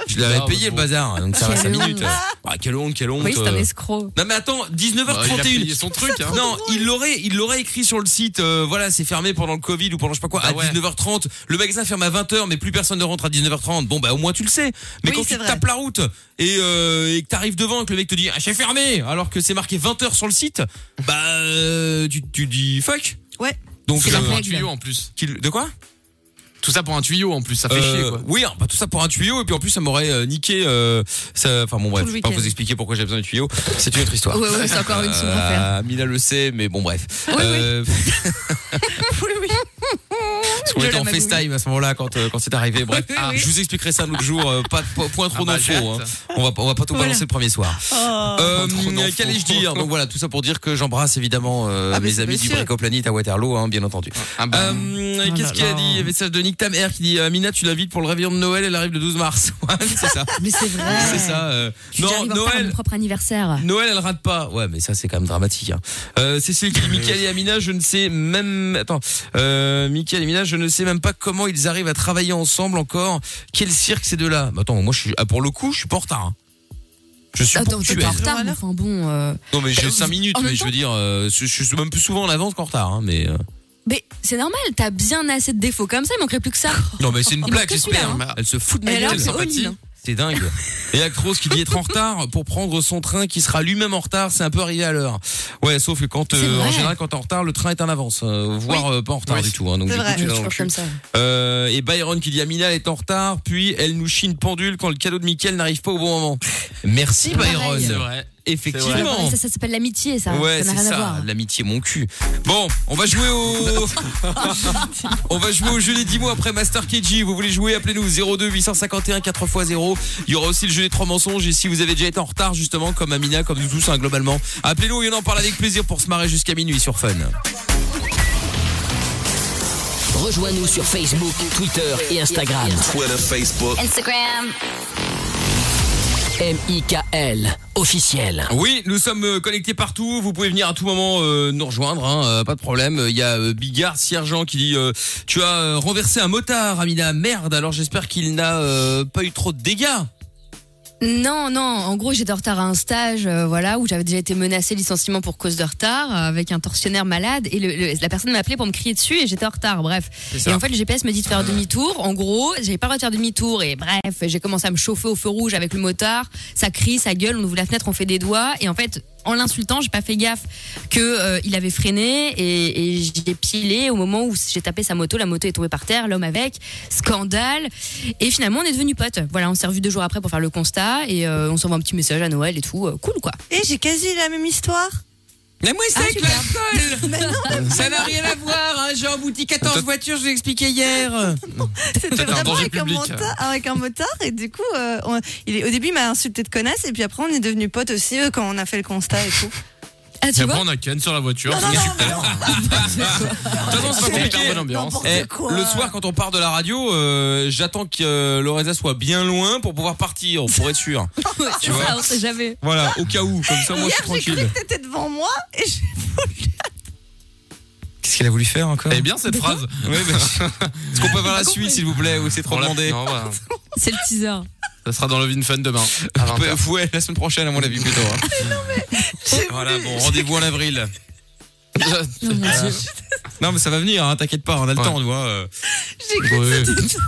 Je l'avais
Ah,
payé
bah,
le
bon.
bazar. Donc ça va
Quelle
5
honte.
minutes. Bah, quelle honte, quelle honte.
Oui, c'est un
euh.
escroc.
Non mais attends,
Bah, il a payé
19h31.
son truc. hein.
Non, il l'aurait, il l'aurait écrit sur le site. euh, voilà, c'est fermé pendant le Covid ou pendant je sais pas quoi.
Ah
à
ouais.
19h30, le magasin ferme à 20h, mais plus personne ne rentre à 19h30. Bon bah au moins tu le sais. Mais
Oui,
quand
c'est
tu
vrai.
tapes la route et, euh, et que t'arrives devant et que le mec te dit ah c'est fermé, alors que c'est marqué 20h sur le site, bah euh, tu, tu dis fuck.
Ouais.
Donc
Tout ça
euh,
pour un
règle.
tuyau en plus.
qu'il- de quoi
Tout ça pour un tuyau en plus, ça fait
Euh,
chier quoi.
Oui, bah, tout ça pour un tuyau et puis en plus ça m'aurait euh, niqué. euh, ça- Enfin bon bref,
Tout le
je vais pas
week-end.
vous expliquer pourquoi j'ai besoin de tuyau. C'est une autre histoire.
Ouais, ouais, c'est encore une sourde affaire.
Euh, Mina le sait, mais bon bref.
oui.
Euh,
Oui, oui.
Parce qu'on
Je
était en
l'aime à mourir.
FaceTime à ce moment-là quand, euh, quand c'est arrivé. Bref,
Oui,
Ah,
oui.
je vous expliquerai ça un autre jour. euh, pas, pas- point trop
Ah bah,
d'infos.
j'ai
hein.
hâte.
On va, pas- on va pas tout balancer le premier soir.
Oh.
Euh,
trop d'infos.
Qu'allais-je dire Donc voilà, tout ça pour dire que j'embrasse évidemment euh,
Ah, mais
mes
c'est
amis du
sûr.
Bricoplanet à Waterloo, hein, bien entendu.
Ah bah,
Euh, Qu'est-ce qu'il a dit Message de Nick Tam Air qui dit euh, Mina, tu l'invites pour le réveillon de Noël, elle arrive le 12 mars. Ouais, c'est ça.
Mais c'est vrai.
C'est ça. euh.
Je suis
Non,
arrivée en retard à mon
Noël.
propre anniversaire.
Noël, elle rate pas. Ouais, mais ça, c'est quand même dramatique. Hein. Euh, Cécile qui dit Mickaël et Amina, je ne sais même. Attends. Euh, Mickaël et Amina, je ne sais même pas comment ils arrivent à travailler ensemble encore. Quel cirque ces deux-là Bah, Attends, moi, je suis. ah, pour le coup, je suis pas en retard. hein. Je suis
Attends, t'es
ponctuel.
pas en retard, mais enfin bon. euh,
Non, mais j'ai
Vous-
5 minutes,
en
mais
même
je
temps-
veux dire, euh, je je suis même plus souvent en avance qu'en retard. Hein, mais euh,
Mais c'est normal, t'as bien assez de défauts comme ça, il manquerait plus que ça.
Non, mais c'est une
Il
blague,
manque que celui-là,
j'espère.
hein.
Elle se fout de ma
Et
gueule.
alors,
quelle
c'est
sympathie.
Olin.
C'est dingue. Et Actros qui dit être en retard pour prendre son train qui sera lui-même en retard, c'est un peu arrivé à l'heure. Ouais, sauf que quand, euh,
C'est vrai.
en général, quand t'es en retard, le train est en avance, euh, voire euh, pas en retard
Oui.
du tout. hein. donc,
C'est
du coup,
vrai.
tu
Je
l'as dans
toujours
le cul.
comme ça.
Euh, et Byron qui dit Amina est en retard, puis elle nous chine pendule quand le cadeau de Michael n'arrive pas au bon moment. Merci
Pareil.
Byron.
c'est vrai.
Ouais,
Effectivement.
Ça, ça s'appelle l'amitié, ça.
Ouais,
ça
c'est
n'a rien à
ça,
voir.
l'amitié mon cul. Bon, on va jouer au On va jouer au jeu des 10 mots après Master KG. Vous voulez jouer, appelez-nous 02 851 4x0. Il y aura aussi le jeu des trois mensonges et si vous avez déjà été en retard justement comme Amina comme nous tous hein, globalement, appelez-nous et on en parle avec plaisir pour se marrer jusqu'à minuit sur Fun.
Rejoins-nous sur Facebook, Twitter et Instagram.
Twitter, Facebook,
Instagram,
M-I-K-L, officiel.
Oui, nous sommes euh, connectés partout. Vous pouvez venir à tout moment euh, nous rejoindre, hein, euh, pas de problème. Il y a euh, Bigard Siergent qui dit euh, Tu as euh, renversé un motard, Amina. Merde, alors j'espère qu'il n'a euh, pas eu trop de dégâts.
Non, non, en gros, j'étais en retard à un stage euh, voilà, où j'avais déjà été menacée de licenciement pour cause de retard euh, avec un tortionnaire malade et le- le- la personne m'appelait pour me crier dessus et j'étais en retard, bref.
ça.
Et en fait, le GPS me dit de faire demi-tour. En gros, j'avais pas le droit de faire demi-tour et bref, j'ai commencé à me chauffer au feu rouge avec le motard. Ça crie, ça gueule, on ouvre la fenêtre, on fait des doigts et en fait, en l'insultant, j'ai pas fait gaffe que euh, il avait freiné et, et j'ai pilé au moment où j'ai tapé sa moto, la moto est tombée par terre, l'homme avec scandale et finalement on est devenus potes. Voilà, on s'est revus deux jours après pour faire le constat et euh, on s'envoie un petit message à Noël et tout, euh, cool quoi.
Et j'ai quasi la même histoire.
Mais moi, c'est
Ah,
avec
super.
l'alcool Ça n'a rien à voir, hein. j'ai embouti 14 voitures, je vous l'ai expliqué hier.
C'était
Peut-être un
vraiment
danger
avec un,
public.
motard, avec un motard. Et du coup, euh, on- il est, au début, il m'a insulté de connasse. Et puis après, on est devenus potes aussi euh, quand on a fait le constat et tout.
Ah
Et
tu
après,
vois
on a Ken sur la voiture.
Non, non, non, mais non,
De toute façon, c'est pas
C'est
compliqué. bonne ambiance.
n'importe
Eh,
quoi.
le soir, quand on part de la radio, euh, j'attends que euh, Lorenza soit bien loin pour pouvoir partir, pour être sûr.
Ouais, c'est
vois.
ça, on sait jamais.
Voilà, au cas où, comme ça, moi, je suis
Hier, j'ai cru
tranquille.
que t'étais devant moi. Et je-
Qu'est-ce qu'elle a voulu faire encore
Eh bien, cette phrase.
Oui, mais- bah, Est-ce qu'on peut avoir la
J'ai pas
suite,
compris.
s'il vous plaît, ou c'est trop
On l'a-
demandé
Non, voilà.
C'est le
Ah
teaser.
Ça sera dans Love in Fun demain. à 20 heures.
Peu- Ouais, la semaine prochaine, à mon avis, plutôt. hein.
j'ai
Voilà,
voulu-
bon, rendez-vous en avril.
Euh,
Non, mon Dieu.
Non, mais ça va venir, hein, t'inquiète pas, on a le
Ouais.
temps, nous. hein, euh.
J'ai cru
Ouais.
que c'était toi.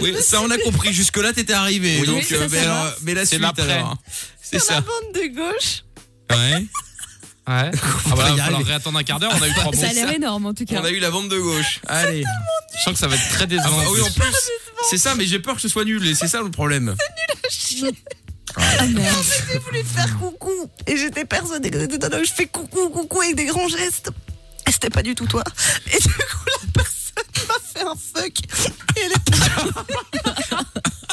Oui, ça, on a compris. Jusque-là, t'étais arrivé.
Oui,
donc,
ça,
euh,
ça
mais,
va.
alors, mais la
C'est
suite,
l'après.
alors, hein. C'est
Sur la
ça.
bande de gauche.
Ouais.
Ouais.
va
Ah bah,
y
il va falloir
arriver.
réattendre un quart d'heure. On a eu trois bons.
Ça a l'air énorme en tout cas.
On a eu la bande de gauche. Allez.
Je sens que ça va être très
Ah
décevant.
bah oui, en plus, c'est ça, mais j'ai peur que ce soit nul, et c'est ça le problème.
Ah, merde.
J'ai voulu te faire coucou et j'étais persuadée que c'était toi. Je fais coucou, coucou avec des grands gestes. Et c'était pas du tout toi. Et du coup, la personne m'a fait un fuck. Et elle était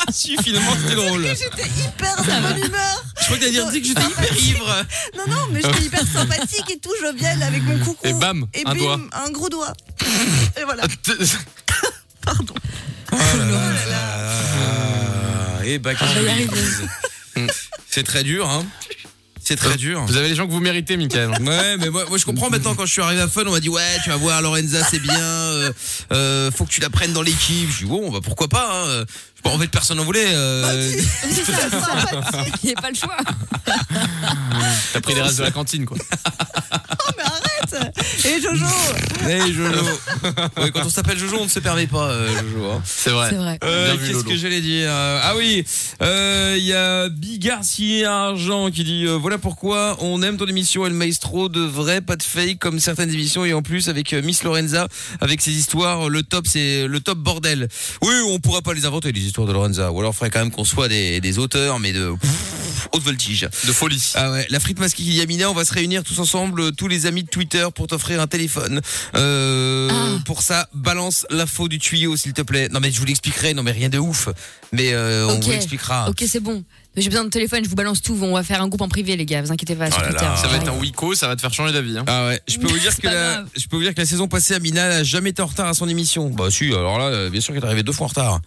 Ah si, finalement, c'était drôle.
j'étais hyper de bonne humeur.
Je crois que t'as dire dit que j'étais hyper ivre.
Non, non, mais j'étais hyper sympathique et tout, joviale avec mon coucou.
Et bam,
Et
un
bim,
doigt.
un gros doigt. Et voilà.
Et bah, qu'est-ce que je vais dire Mm. C'est très dur, hein. C'est très dur.
Vous avez les gens que vous méritez, hein. Michael.
Ouais, mais moi, moi, je comprends maintenant quand je suis arrivé à Fun, on m'a dit ouais, tu vas voir Lorenza, c'est bien, euh, euh, faut que tu la prennes dans l'équipe. Je dis bon, bah pourquoi pas. Hein. Je sais pas, en fait, personne n'en voulait. euh,
C'est ça, c'est ça. Il n'y a pas le choix.
T'as pris les restes de la cantine, quoi.
Oh, mais arrête Et Jojo
Hey Jojo. Ouais, quand on s'appelle Jojo, on ne se permet pas euh, Jojo. hein.
C'est vrai.
C'est vrai.
Euh,
Bien vu,
Qu'est-ce
Lolo.
que j'allais dire Ah oui, euh, il y a Bigard Argent qui dit euh, voilà pourquoi on aime ton émission El Maestro de vrai, pas de fake comme certaines émissions et en plus avec euh, Miss Lorenza avec ses histoires, le top c'est le top bordel. Oui, on pourra pas les inventer les histoires de Lorenza ou alors faudrait quand même qu'on soit des, des auteurs mais de pff, haute voltige.
De folie.
Ah ouais, la frite masquée Yamina, on va se réunir tous ensemble, euh, tous les amis de Twitter, pour t'offrir un téléphone. Euh,
Ah.
Pour ça, balance l'info du tuyau, s'il te plaît. Non mais je vous l'expliquerai, non mais rien de ouf. Mais euh, on
Ok.
vous l'expliquera.
Ah. Ok, c'est bon. Mais J'ai besoin de téléphone, je vous balance tout. On va faire un groupe en privé, les gars. Vous inquiétez pas. sur
Oh là
Twitter.
là.
Ça va être un Wico, ça va te faire changer d'avis. Hein.
Ah ouais, je peux vous dire
C'est
que
pas
la,
grave.
je peux vous dire que la saison passée, Amina n'a jamais été en retard à son émission. Bah si, alors là, euh, bien sûr qu'elle est arrivée deux fois en retard.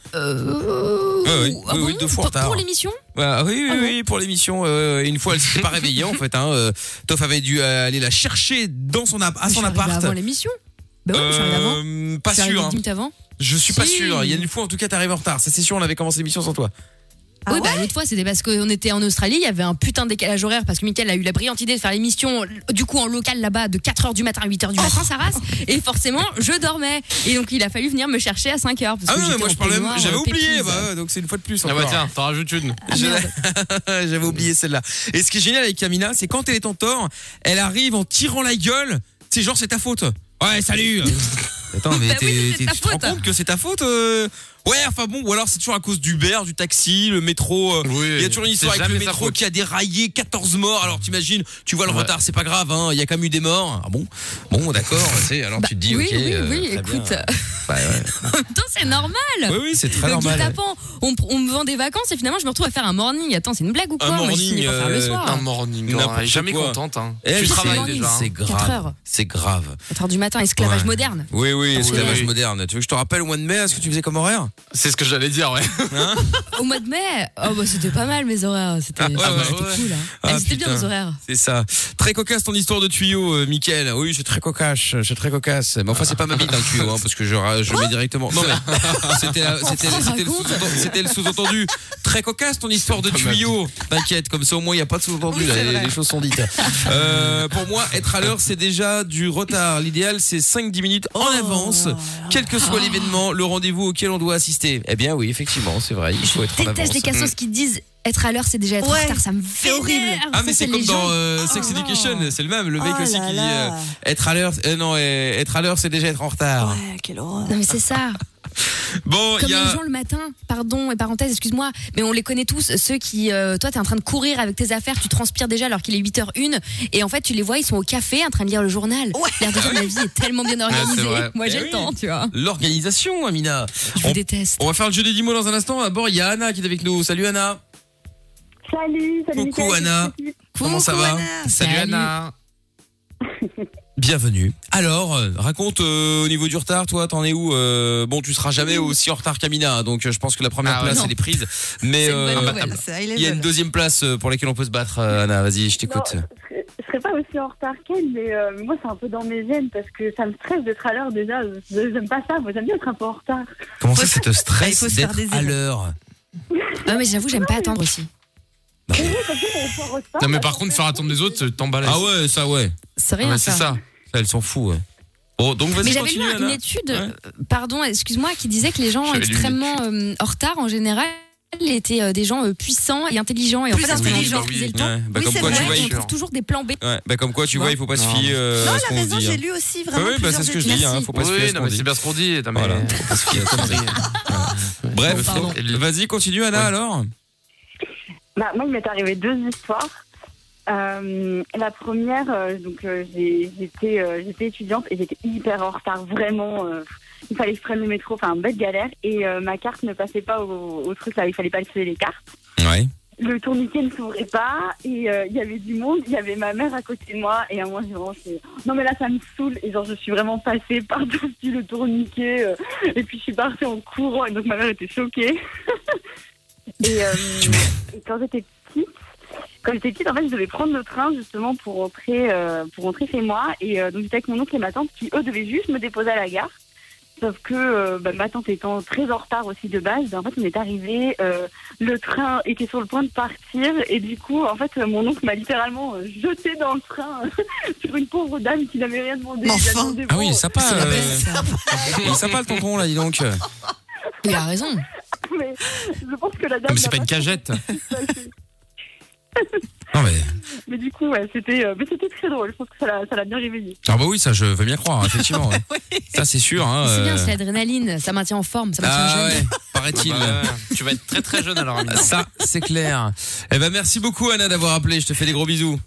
Euh,
Ouais, ouais.
ah
Oui,
bon
oui, deux fois en
Pour-
retard.
Pour l'émission
Ouais, ah oui, oui, oui, pour l'émission. euh, une fois, elle s'était pas réveillée en fait. Hein, euh, Toff avait dû euh, aller la chercher dans son app- à
Mais je
son
suis arrivée
appart.
avant l'émission Bah oui, je suis arrivée avant.
Euh, pas
Je
sûr.
suis arrivée
hein.
dix minutes avant.
Je suis pas
Si.
sûr. Il y a une fois, en tout cas, t'arrives en retard. Ça, c'est sûr, on avait commencé l'émission sans toi.
Ah
oui, bah l'autre fois, c'était parce qu'on était en Australie, il y avait un putain de décalage horaire parce que Mickaël a eu la brillante idée de faire l'émission du coup en local là-bas de 4h du matin à 8h du
Oh.
matin, sa race. Et forcément, je dormais. Et donc, il a fallu venir me chercher à 5h.
Ah non, mais moi, je parlais. J'avais
euh,
oublié. Bah, ouais, donc c'est une fois de plus.
Ah bah
encore.
tiens, t'en rajoutes une.
Je-
merde.
J'avais oublié celle-là. Et ce qui est génial avec Camina, c'est quand elle est en tort, elle arrive en tirant la gueule. C'est genre, c'est ta faute. Ouais, salut. Attends, mais
Bah
t'es-
oui, c'est
t'es-
ta
tu te rends
faute.
compte que c'est ta faute euh Ouais, enfin bon, ou alors c'est toujours à cause d'Uber, du taxi, le métro. euh,
Oui,
il y a toujours une
c'est
histoire avec le
jamais sa
métro
faute.
qui a déraillé, 14 morts. Alors t'imagines, tu vois le
Ouais.
retard, c'est pas grave, hein, il y a quand même eu des morts. Ah bon Bon, d'accord, c'est- alors tu te dis,
Bah oui,
ok.
oui,
euh,
oui,
très bien.
écoute.
Bah ouais.
En même temps, c'est normal.
Oui, oui, c'est très
Le guide
normal.
tapant, on, pr- on me vend des vacances et finalement, je me retrouve à faire un morning. Attends, c'est une blague ou quoi
Un
Moi, je
morning,
finis par faire le
euh,
soir.
Un morning.
N'importe
hein, elle est jamais
quoi.
contente. Hein.
Eh,
tu
c'est-
travailles
c'est-
déjà. hein.
C'est
Quatre
grave.
heures.
C'est grave.
4h du matin, esclavage
Ouais.
moderne.
Oui, oui,
esclavage
moderne. Tu veux que je te rappelle au mois de mai ce que tu faisais comme horaire
C'est ce que j'allais dire, ouais.
Au mois de mai, oh bah c'était pas mal mes horaires, c'était
Ah, ouais,
c'était-
ouais,
c'était
ouais.
cool. Hein.
Ah,
Eh, c'était bien
putain.
nos horaires.
C'est ça. Très cocasse ton histoire de tuyau, euh, Mickaël. Oui, c'est très cocasse, c'est très cocasse. Mais enfin, c'est pas ma bite un tuyau, hein, parce que je, ra- je mets directement. Non mais c'était la- c'était-
Enfin,
c'était le
raconte.
sous-entendu- c'était le sous-entendu. très cocasse ton histoire de tuyau. T'inquiète, comme ça au moins il y a pas de sous-entendu. là, les, les choses sont dites. Euh, pour moi, être à l'heure, c'est déjà du retard. L'idéal, c'est 5-10 minutes en
Oh.
avance, quel que soit l'événement, le rendez-vous auquel on doit assister. Eh bien oui, effectivement, c'est vrai. Il faut être en avance.
Déteste les cassos qui disent être à l'heure c'est déjà être en
Ouais.
retard, ça me
C'est
fait
horrible.
Ah mais c'est comme dans euh, Sex
Oh,
Education, c'est le même, le mec
Oh
aussi
là
qui dit
là.
euh, être à l'heure, euh, non, euh, être à l'heure c'est déjà être en retard.
Ouais, quelle horreur.
Non mais c'est ça.
Bon, il
Comme
y
les
a
gens le matin, pardon et parenthèse, excuse-moi, mais on les connaît tous, ceux qui, euh, toi, t'es en train de courir avec tes affaires, tu transpires déjà alors qu'il est 8h01, et en fait, tu les vois, ils sont au café en train de lire le journal.
Ouais.
L'air de dire, ma vie est tellement bien organisée.
vrai.
Moi, j'ai
Eh
le
oui.
temps, tu vois.
l'organisation, Amina.
Je vous
On,
déteste.
on va faire le jeu des 10 mots dans un instant. D'abord, il y a Anna qui est avec nous. Salut Anna.
Salut, salut
Coucou,
Mickaël,
Anna.
salut l'équipe.
Comment ça
Coucou,
va
Anna.
Salut,
Anna.
Bienvenue. Alors, euh, raconte euh, au niveau du retard, toi, t'en es où Euh, Bon, tu seras jamais aussi en retard qu'Amina, hein, donc euh, je pense que la première
Ah ouais,
place
non.
elle est prise. Mais
C'est une bonne
euh,
nouvelle.
C'est
il y a une deuxième place euh, pour laquelle on peut se battre. euh, Anna, vas-y, je t'écoute.
Non, je serais- je serais pas aussi en retard qu'elle, mais euh, moi c'est un peu dans mes gènes parce que ça me stresse d'être à l'heure déjà. Je- J'aime pas ça, moi j'aime bien être un peu en retard.
Comment ça, ça te
il
stresse
faut se faire
d'être
des
à
amis.
l'heure
Ah, mais j'avoue, j'aime pas attendre aussi.
Mais oui, parce que on peut en retard,
Non, mais
parce
par
qu'en
contre,
fait,
faire attendre les autres, t'emballes.
Ah ouais, ça ouais.
C'est
Ah
rien,
ouais, c'est
Ça,
ça.
elle s'en fout. ouais. Bon, donc
Mais
vas-y,
j'avais
continue,
lu une
Anna.
étude,
Ouais.
euh, pardon, excuse-moi, qui disait que les gens
J'avais lu une
extrêmement euh, en retard en général étaient euh, des gens euh, puissants et intelligents et en
Plus
fait, les
intelligents.
gens qui faisaient le temps.
Ouais, bah
Oui,
comme
c'est
quoi,
vrai.
tu vois,
Ouais, on
il-
sûr.
trouve toujours des plans B.
ouais, bah comme quoi, tu
Non.
vois, il faut pas se
Non.
fier euh,
Non,
à ce
la
qu'on
raison,
dit.
j'ai
hein.
lu aussi
Ouais,
vraiment.
ouais, bah c'est ce que je dis, hein,
Merci.
faut pas se fier
Oui,
à ce
non,
qu'on
mais
dit.
c'est bien ce qu'on dit. non, mais- Ah
Voilà. Faut pas se fier à ce qu'on dit. Bref,
Pardon.
vas-y, continue Anna
Ouais.
alors.
Bah, moi, il m'est arrivé deux histoires. Euh, la première, euh, donc euh, j'ai- j'étais euh, j'étais étudiante et j'étais hyper en retard, vraiment. euh, il fallait que je prenne le métro, enfin, bête galère. Et euh, ma carte ne passait pas au, au truc là, il fallait pas tirer les cartes.
Ouais.
Le tourniquet ne s'ouvrait pas et euh, il y avait du monde, il y avait ma mère à côté de moi. Et à moi, j'ai vraiment fait, non mais là, ça me saoule. Et genre, je suis vraiment passée par-dessus le tourniquet. euh, et puis, je suis partie en courant. Et donc, ma mère était choquée. et, euh, et quand j'étais petite, quand j'étais petite, en fait, je devais prendre le train justement pour rentrer, euh, pour rentrer chez moi. Et euh, donc, j'étais avec mon oncle et ma tante qui, eux, devaient juste me déposer à la gare. Sauf que euh, bah, ma tante étant très en retard aussi de base, bah, en fait, on est arrivé, euh, le train était sur le point de partir. Et du coup, en fait, euh, mon oncle m'a littéralement euh, jeté dans le train sur une pauvre dame qui n'avait rien demandé.
Mais
Il
enfin.
attendait
Ah oui,
bon,
il est sympa.
Oh, C'est la
euh,
base.
Il est sympa le tonton là, dis donc.
Il a raison.
mais je pense que la dame.
Ah, mais c'est
n'a
pas une cagette.
tout passé.
Non mais.
Mais du coup, ouais, c'était, euh, mais c'était très drôle. Je pense que ça l'a, ça l'a bien réveillé.
Ah bah oui, ça je veux bien croire, effectivement. ouais. Ça c'est sûr. hein,
C'est bien,
euh.
c'est l'adrénaline, ça maintient en forme, ça maintient
Ah
jeune.
ouais, paraît-il.
Bah, Tu vas être très très jeune alors. Amina.
Ça, c'est clair. Eh ben merci beaucoup Anna d'avoir appelé, je te fais des gros bisous.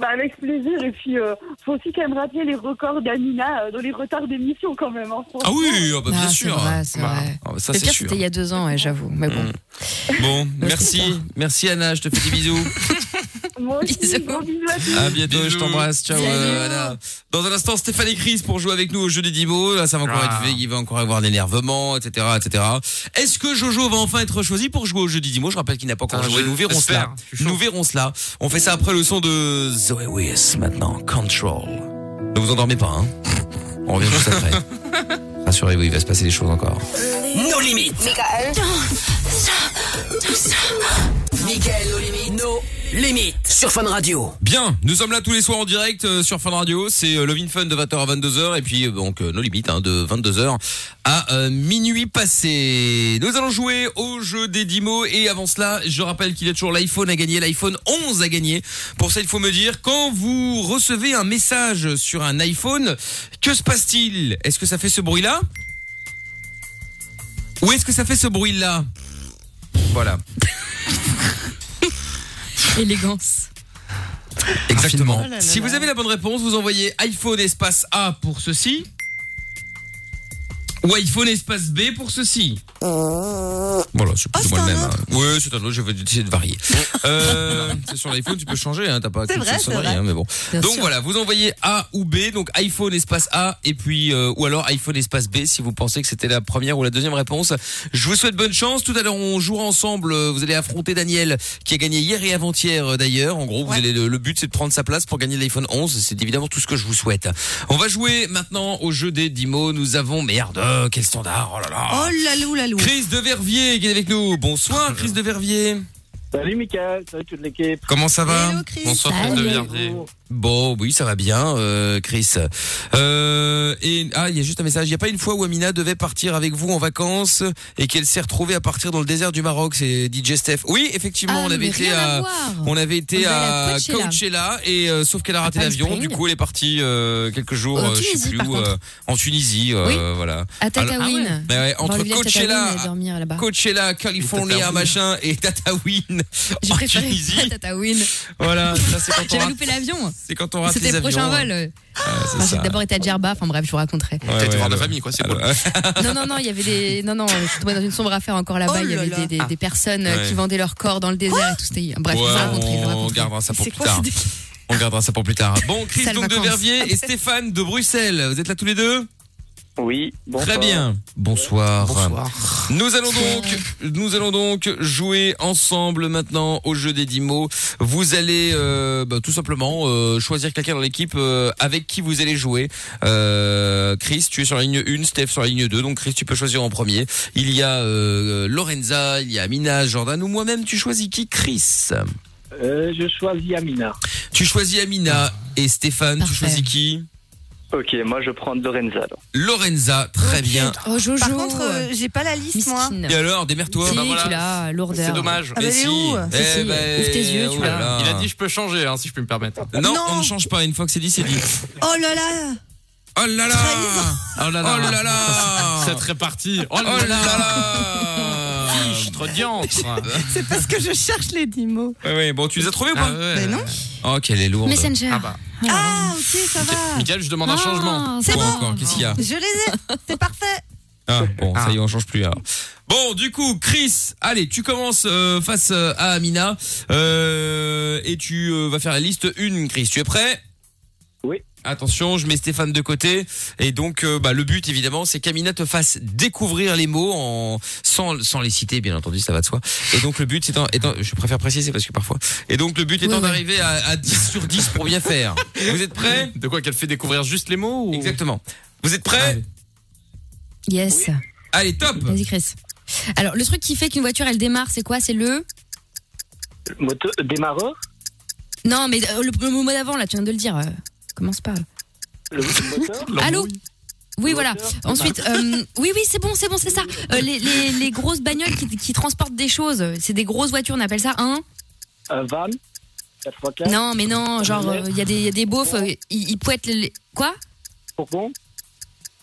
Bah, avec plaisir. Et puis, euh, faut aussi quand même rappeler les records d'Amina euh, dans les retards d'émission quand même. hein, franchement.
Ah oui, ah bah,
Ah,
bien
c'est
sûr.
vrai, c'est
Bah,
vrai.
Ah bah, ça
le
c'est
pire,
sûr.
c'était il y a deux ans, ouais, j'avoue. Mais bon.
Mm. Bon, merci.
histoire.
Merci Anna, je te fais des bisous.
Moi aussi,
Bisous.
gros bisous à tous.
À bientôt,
Bisous.
je t'embrasse. Ciao
Salut.
euh, Anna. Dans un instant, Stéphane et Chris pour jouer avec nous au jeu des 10 mots. Là, ça va encore
Ah.
être il va encore avoir l'énervement, etc., etc. Est-ce que Jojo va enfin être choisi pour jouer au jeu des 10 mots Je rappelle qu'il n'a pas encore
Putain,
joué.
je-
Nous verrons
j'espère.
cela.
Je suis chaud.
Nous verrons cela. On fait ça après le son de Zoé Wiss maintenant. Control. Ne vous endormez pas, hein. On revient juste après. Rassurez-vous, il va se passer des choses encore.
Nos limites. Mickaël, nos limites. Nos limites. Sur Fun Radio.
Bien, nous sommes là tous les soirs en direct euh, sur Fun Radio, c'est euh, Love in Fun de 20h à 22h et puis euh, donc euh, nos limites hein, de 22h à euh, minuit passé. Nous allons jouer au jeu des 10 mots et avant cela, je rappelle qu'il y a toujours l'iPhone à gagner, l'iPhone 11 à gagner. Pour ça, il faut me dire quand vous recevez un message sur un iPhone, que se passe-t-il Est-ce que ça fait ce bruit-là Ou est-ce que ça fait ce bruit-là Voilà.
Élégance.
Exactement.
Oh là là
si
là.
vous avez la bonne réponse, vous envoyez iPhone espace A pour ceci. Ou iPhone espace B pour ceci. Voilà, c'est plus
Oh,
ou moins
c'est
le
un
même. hein. Oui, c'est un autre, je vais essayer de varier. Euh, c'est sur l'iPhone, tu peux changer, hein, t'as pas
C'est
qu'une
vrai,
seule
c'est
sonnerie,
vrai.
hein, mais bon.
Bien
donc
sûr.
voilà, vous envoyez A ou B, donc iPhone espace A, et puis, euh, ou alors iPhone espace B si vous pensez que c'était la première ou la deuxième réponse. Je vous souhaite bonne chance. Tout à l'heure, on jouera ensemble. Euh, Vous allez affronter Daniel, qui a gagné hier et avant-hier euh, d'ailleurs. En gros, vous allez, le, le but c'est de prendre sa place pour gagner l'iPhone 11. C'est évidemment tout ce que je vous souhaite. On va jouer maintenant au jeu des 10 mots. Nous avons, merde, euh, quel standard, oh là là.
Oh la lou, la lou.
Chris de Verviers qui est avec nous. Bonsoir Chris de Verviers.
Salut Mickaël, salut toute l'équipe.
Comment ça va
Hello, Chris.
Bonsoir, Chris de
Salut.
Verviers.
Bon, oui, ça va bien, euh, Chris. Euh, et ah, il y a juste un message. Il n'y a pas une fois où Amina devait partir avec vous en vacances et qu'elle s'est retrouvée à partir dans le désert du Maroc. C'est DJ Steph. Oui, effectivement,
Ah,
on avait
mais
été
rien à
à,
voir.
on avait
On
été
devait aller
à
à Coachella.
Coachella et euh, sauf qu'elle a raté
Palm
l'avion. Du
Springs.
coup, elle est partie euh, quelques jours,
En
euh, je sais
Tunisie,
plus
par
où, euh, en Tunisie. euh,
Oui.
Voilà.
À
Alors-
Tataouine.
Mais ouais,
Dans
Bah, entre
le village Tataouine,
Coachella,
aller dormir là-bas.
Coachella, California,
Tataouine.
machin et Tataouine
J'ai
en
préféré
Tunisie.
Tataouine.
Voilà, ça c'est quand on
J'avais
rate,
loupé l'avion.
c'est quand on rate
C'était
les
le
avions.
prochain vol.
Ah, c'est
Enfin,
ça.
j'ai d'abord été à Djerba. Enfin bref, je vous raconterai.
Ouais,
T'as été
ouais,
voir la
alors.
famille, quoi, c'est cool.
Alors,
Non, non, non, il y avait des. Non, non, je suis tombée dans une sombre affaire encore là-bas.
Oh
Il y
là
avait
là.
des, des, des personnes
Ah
euh,
Ouais.
qui vendaient leur corps dans le désert et tout. C'était... Bref, je vous
ouais,
raconterai. je vous
on
raconterai.
gardera ça pour
C'est
plus
quoi
tard.
ce
On gardera ça pour plus tard. Bon, Chris
Sale
donc de
vacances.
Verviers et Stéphane de Bruxelles, vous êtes là tous les deux
Oui, bonsoir.
Très bien. Bonsoir.
Bonsoir.
Nous allons donc, nous allons donc jouer ensemble maintenant au jeu des 10 mots. Vous allez euh, bah, tout simplement euh, choisir quelqu'un dans l'équipe euh, avec qui vous allez jouer. Euh, Chris, tu es sur la ligne 1, Steph sur la ligne 2. Donc Chris, tu peux choisir en premier. Il y a euh, Lorenza, il y a Mina, Jordan ou moi-même. Tu choisis qui, Chris
Euh, je choisis Amina.
Tu choisis Amina et Stéphane.
Parfait.
Tu choisis qui
Ok, moi je prends Lorenza. alors.
Lorenza, très bien.
Oh, Jojo.
Par contre, euh, j'ai pas la liste, moi.
Miskine.
Et alors, démerde-toi.
Si, Ah,
bah voilà.
tu l'as, lourdeur.
C'est dommage.
Ah, bah,
Eh
elle est où
eh
Si, si,
ben,
ouvre tes yeux, tu
oh là
l'as.
là.
Il a dit, je peux changer, hein, si je puis me permettre.
Non,
Non.
on ne change pas. Une fois que c'est dit, c'est dit.
Oh là là
Oh là là
Trahison.
Oh là
Oh là là
Cette répartie. Oh
Oh là
là là
là
Fiche, trop diantre.
C'est parce que je cherche les 10 mots.
Ouais, ouais, bon, tu les as trouvés ou
Ah
pas
ouais.
Ben non.
Oh, qu'elle est lourde.
Messenger.
Ah bah.
Ah, ok, ça va.
Michael, je demande un changement.
Ah,
C'est
Quoi
bon.
encore Qu'est-ce qu'il y a
Je les ai. C'est parfait.
Ah, bon, ça
Ah.
y est, on change plus alors. Bon, du coup, Chris, allez, tu commences euh, face euh, à Amina euh, et tu euh, vas faire la liste 1, Chris. Tu es prêt
Oui.
Attention, je mets Stéphane de côté et donc euh, bah, le but évidemment, c'est qu'Amina te fasse découvrir les mots en sans sans les citer bien entendu, ça va de soi. Et donc le but étant, étant je préfère préciser parce que parfois. Et donc le but étant
Oui, oui.
d'arriver à, à 10 sur 10 pour bien faire. Vous êtes prêts
De quoi qu'elle fait découvrir juste les mots ou...
Exactement. Vous êtes prêts
Yes.
Allez, top.
Vas-y, Chris. Alors, le truc qui fait qu'une voiture, elle démarre, c'est quoi C'est le.
Moto, démarreur
Non, mais euh, le, le mot d'avant, là, tu viens de le dire. euh, commence par. là.
Le moteur
Allô oui, voilà.
Moteur.
Ensuite, euh, oui, oui, c'est bon, c'est bon, c'est ça. Euh, les, les- les grosses bagnoles qui, qui transportent des choses, c'est des grosses voitures, on appelle ça un.
Un van 4x4
Non, mais non, genre, euh, il y, a des- il y a des beaufs, euh, ils, ils pouettent les. les- Quoi
Fourgon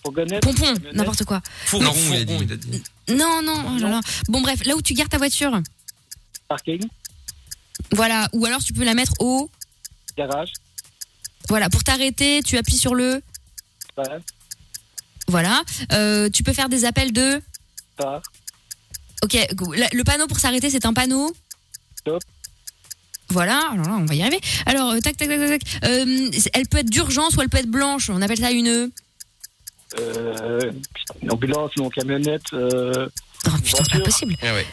Fourgonnette
Pompon, n'importe quoi.
Fourgon,
Non,
il a dit.
fourgon, il a dit.
Non, non, oh là là. Bon, bref, là où tu gardes ta voiture,
Parking
voilà. Ou alors tu peux la mettre au.
Garage
Voilà, pour t'arrêter, tu appuies sur le.
Phare
Voilà. Euh, tu peux faire des appels de.
Phare
Ok, go. La- le panneau pour s'arrêter, c'est un panneau.
Stop.
Voilà, alors là, on va y arriver. Alors, euh, tac, tac, tac, tac, tac. Euh, elle peut être d'urgence ou elle peut être blanche. On appelle ça une.
euh, une Ambulance, non camionnette euh,
Oh putain, c'est pas
Voiture.
possible.
Eh ouais.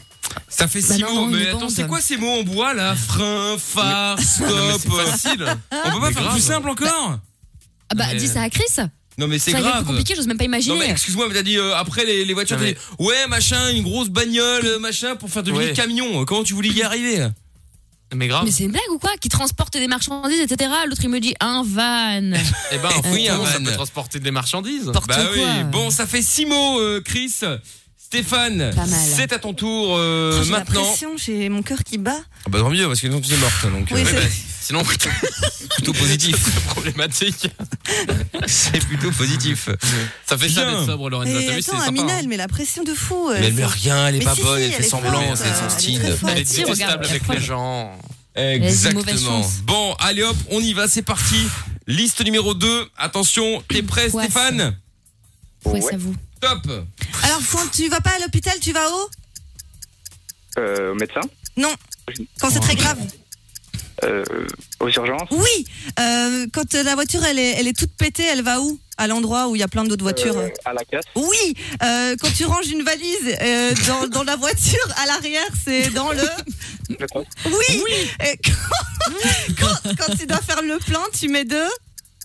Ça fait
Bah
six
non,
mots,
non,
mais
une
attends,
bande.
c'est quoi ces mots en bois là Frein, phare,
mais
stop.
c'est facile.
On peut pas
Mais
faire
grave.
plus simple encore
Ah bah,
Mais-
dis ça à Chris. Ça
Non mais c'est
il est un peu
grave.
compliqué, j'ose même pas imaginer.
Non mais excuse-moi, mais t'as dit euh, après les, les voitures,
Non,
t'as
mais-
dit ouais machin, une grosse bagnole euh, machin pour faire devenir
Ouais.
camion. Comment tu voulais y arriver
Mais grave.
Mais c'est une blague ou quoi Qui transporte des marchandises, etc. L'autre, il me dit un van.
Eh ben,
Eh,
oui,
un
ça
van.
peut transporter des marchandises.
Porte
Bah oui.
quoi
Bon, ça fait six mots, euh, Chris. Stéphane,
Pas mal.
c'est à ton tour euh,
j'ai la
maintenant.
pression, j'ai mon cœur qui bat.
Ah Bah tant mieux parce que sinon tu es morte donc.
Oui,
euh,
c'est-
ouais, bah,
Sinon,
plutôt positif.
c'est problématique.
c'est plutôt positif.
Ça fait ça
Bien.
d'être sobre, Lorenza.
Et
T'as vu, c'est
attends,
sympa.
Amina,
hein.
elle met la pression de fou. euh,
Mais elle
c'est-
met rien, elle est
Mais
pas
si,
bonne, elle
si,
fait
elle est
semblant,
forte,
euh,
c'est son
elle est
style.
très forte.
Elle est
Si, regarde,
détestable avec
regarde.
les gens.
mauvaise
Exactement.
chance.
Bon, allez hop, on y va, c'est parti. Liste numéro 2. Attention, t'es prêt
Ouais,
Stéphane
Ouais, ça vous.
Top
Alors, quand tu vas pas à l'hôpital, tu vas où
Euh, au médecin
Non. Quand c'est très grave
euh, Aux urgences
Oui Euh, Quand euh, la voiture, elle est, elle est toute pétée, elle va où À l'endroit où il y a plein d'autres voitures
Euh, À la casse
Oui Euh, Quand tu ranges une valise euh, dans, dans la voiture, à l'arrière, c'est dans le...
Je crois.
Oui, Et quand, quand, quand tu dois faire le plein, tu mets deux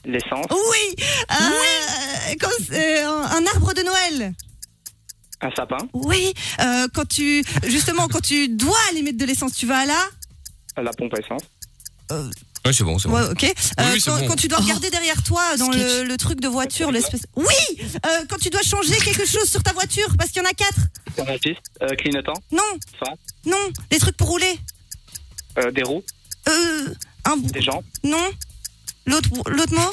L'essence
Oui, Euh, quand c'est un, un arbre de Noël
Un sapin
Oui, Euh, quand tu... Justement, quand tu dois aller mettre de l'essence, tu vas à la...
La pompe à essence
Ouais, c'est bon, c'est
Ouais, ok. Euh,
oui, c'est
quand,
bon. Oh.
quand tu dois regarder derrière toi euh, dans le, le truc de voiture, l'espèce. Oui Euh, Quand tu dois changer quelque chose sur ta voiture, parce qu'il y en a quatre.
Un indice euh, Clignotant
Non,
Phare
non, les trucs pour rouler.
euh, Des roues
Euh, un bout.
Des jambes
Non. L'autre, l'autre mot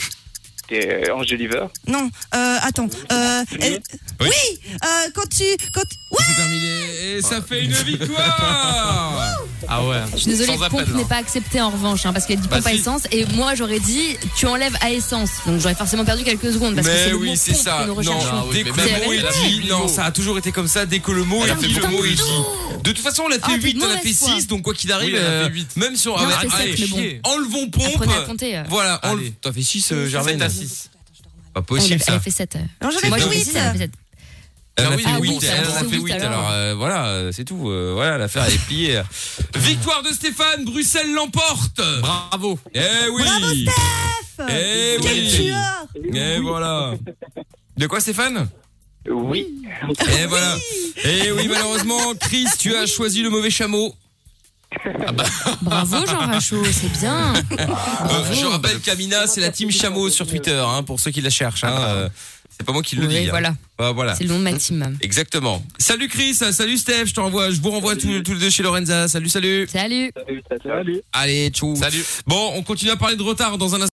Des euh, hanches de liver
Non. Euh, attends. Euh, elle-
Oui.
oui. euh, quand tu, quand. Ouais.
C'est terminé. Et ça fait une victoire
Ah ouais.
Je suis désolée,
Sans
pompe
appel, là.
n'est pas accepté en revanche, hein, parce qu'elle dit
Bah
pompe à
si.
essence, et moi j'aurais dit tu enlèves à essence. Donc j'aurais forcément perdu quelques secondes, parce que c'est
Mais
le
oui,
mot
c'est
pompe
ça.
que nous
Non,
recherchons.
Ah oui,
dès que
mais
même
le mot
elle
est
a
dit,
fait
non,
tout.
ça a toujours été comme ça. Dès que le mot
Elle
est
a fait
dit, le
beaucoup
mot
de
est
choses.
dit. De toute façon, on l'a
Ah,
fait
t'es
8,
de
on a
mauvaise
fait
foi.
6, donc quoi qu'il arrive,
Oui, elle a
euh,
fait huit.
même si on.
Non, elle a
arrête-
fait
allez,
sept, mais bon.
chier. Enlevons pompe.
Apprenez à compter. euh.
Voilà, on
Allez.
T'as fait 6, euh, Germaine
Germaine à 6.
Pas
Elle,
possible
elle
ça.
a fait euh. 7.
Non, j'avais
Moi
dit
j'ai
huit.
fait 6, elle a fait 7.
Elle en a
Ah
fait
oui,
8,
oui,
elle en a
c'est
fait
huit,
8, alors,
alors.
euh, voilà, euh, c'est tout. euh, voilà, l'affaire elle est pliée. Victoire de Stéphane, Bruxelles l'emporte
Bravo.
Eh oui
Bravo, Steph.
Eh
Quel
oui.
tueur.
Et voilà De quoi Stéphane
Oui
Et voilà Et oui, malheureusement, Chris, tu as choisi le mauvais chameau.
Bravo Jean Rachaud, c'est bien.
Euh, je rappelle qu'Amina, c'est la team chameau sur Twitter, hein, pour ceux qui la cherchent. hein, euh, c'est pas moi qui le
Oui,
dis. hein.
voilà,
Ah, voilà.
c'est le nom de ma team.
Exactement. Salut Chris, salut Steph, je t'envoie, je vous renvoie tous tous les deux chez Lorenza. Salut, salut.
Salut
Salut
Allez, tchou.
Salut.
Bon, on continue à parler de retard dans un instant.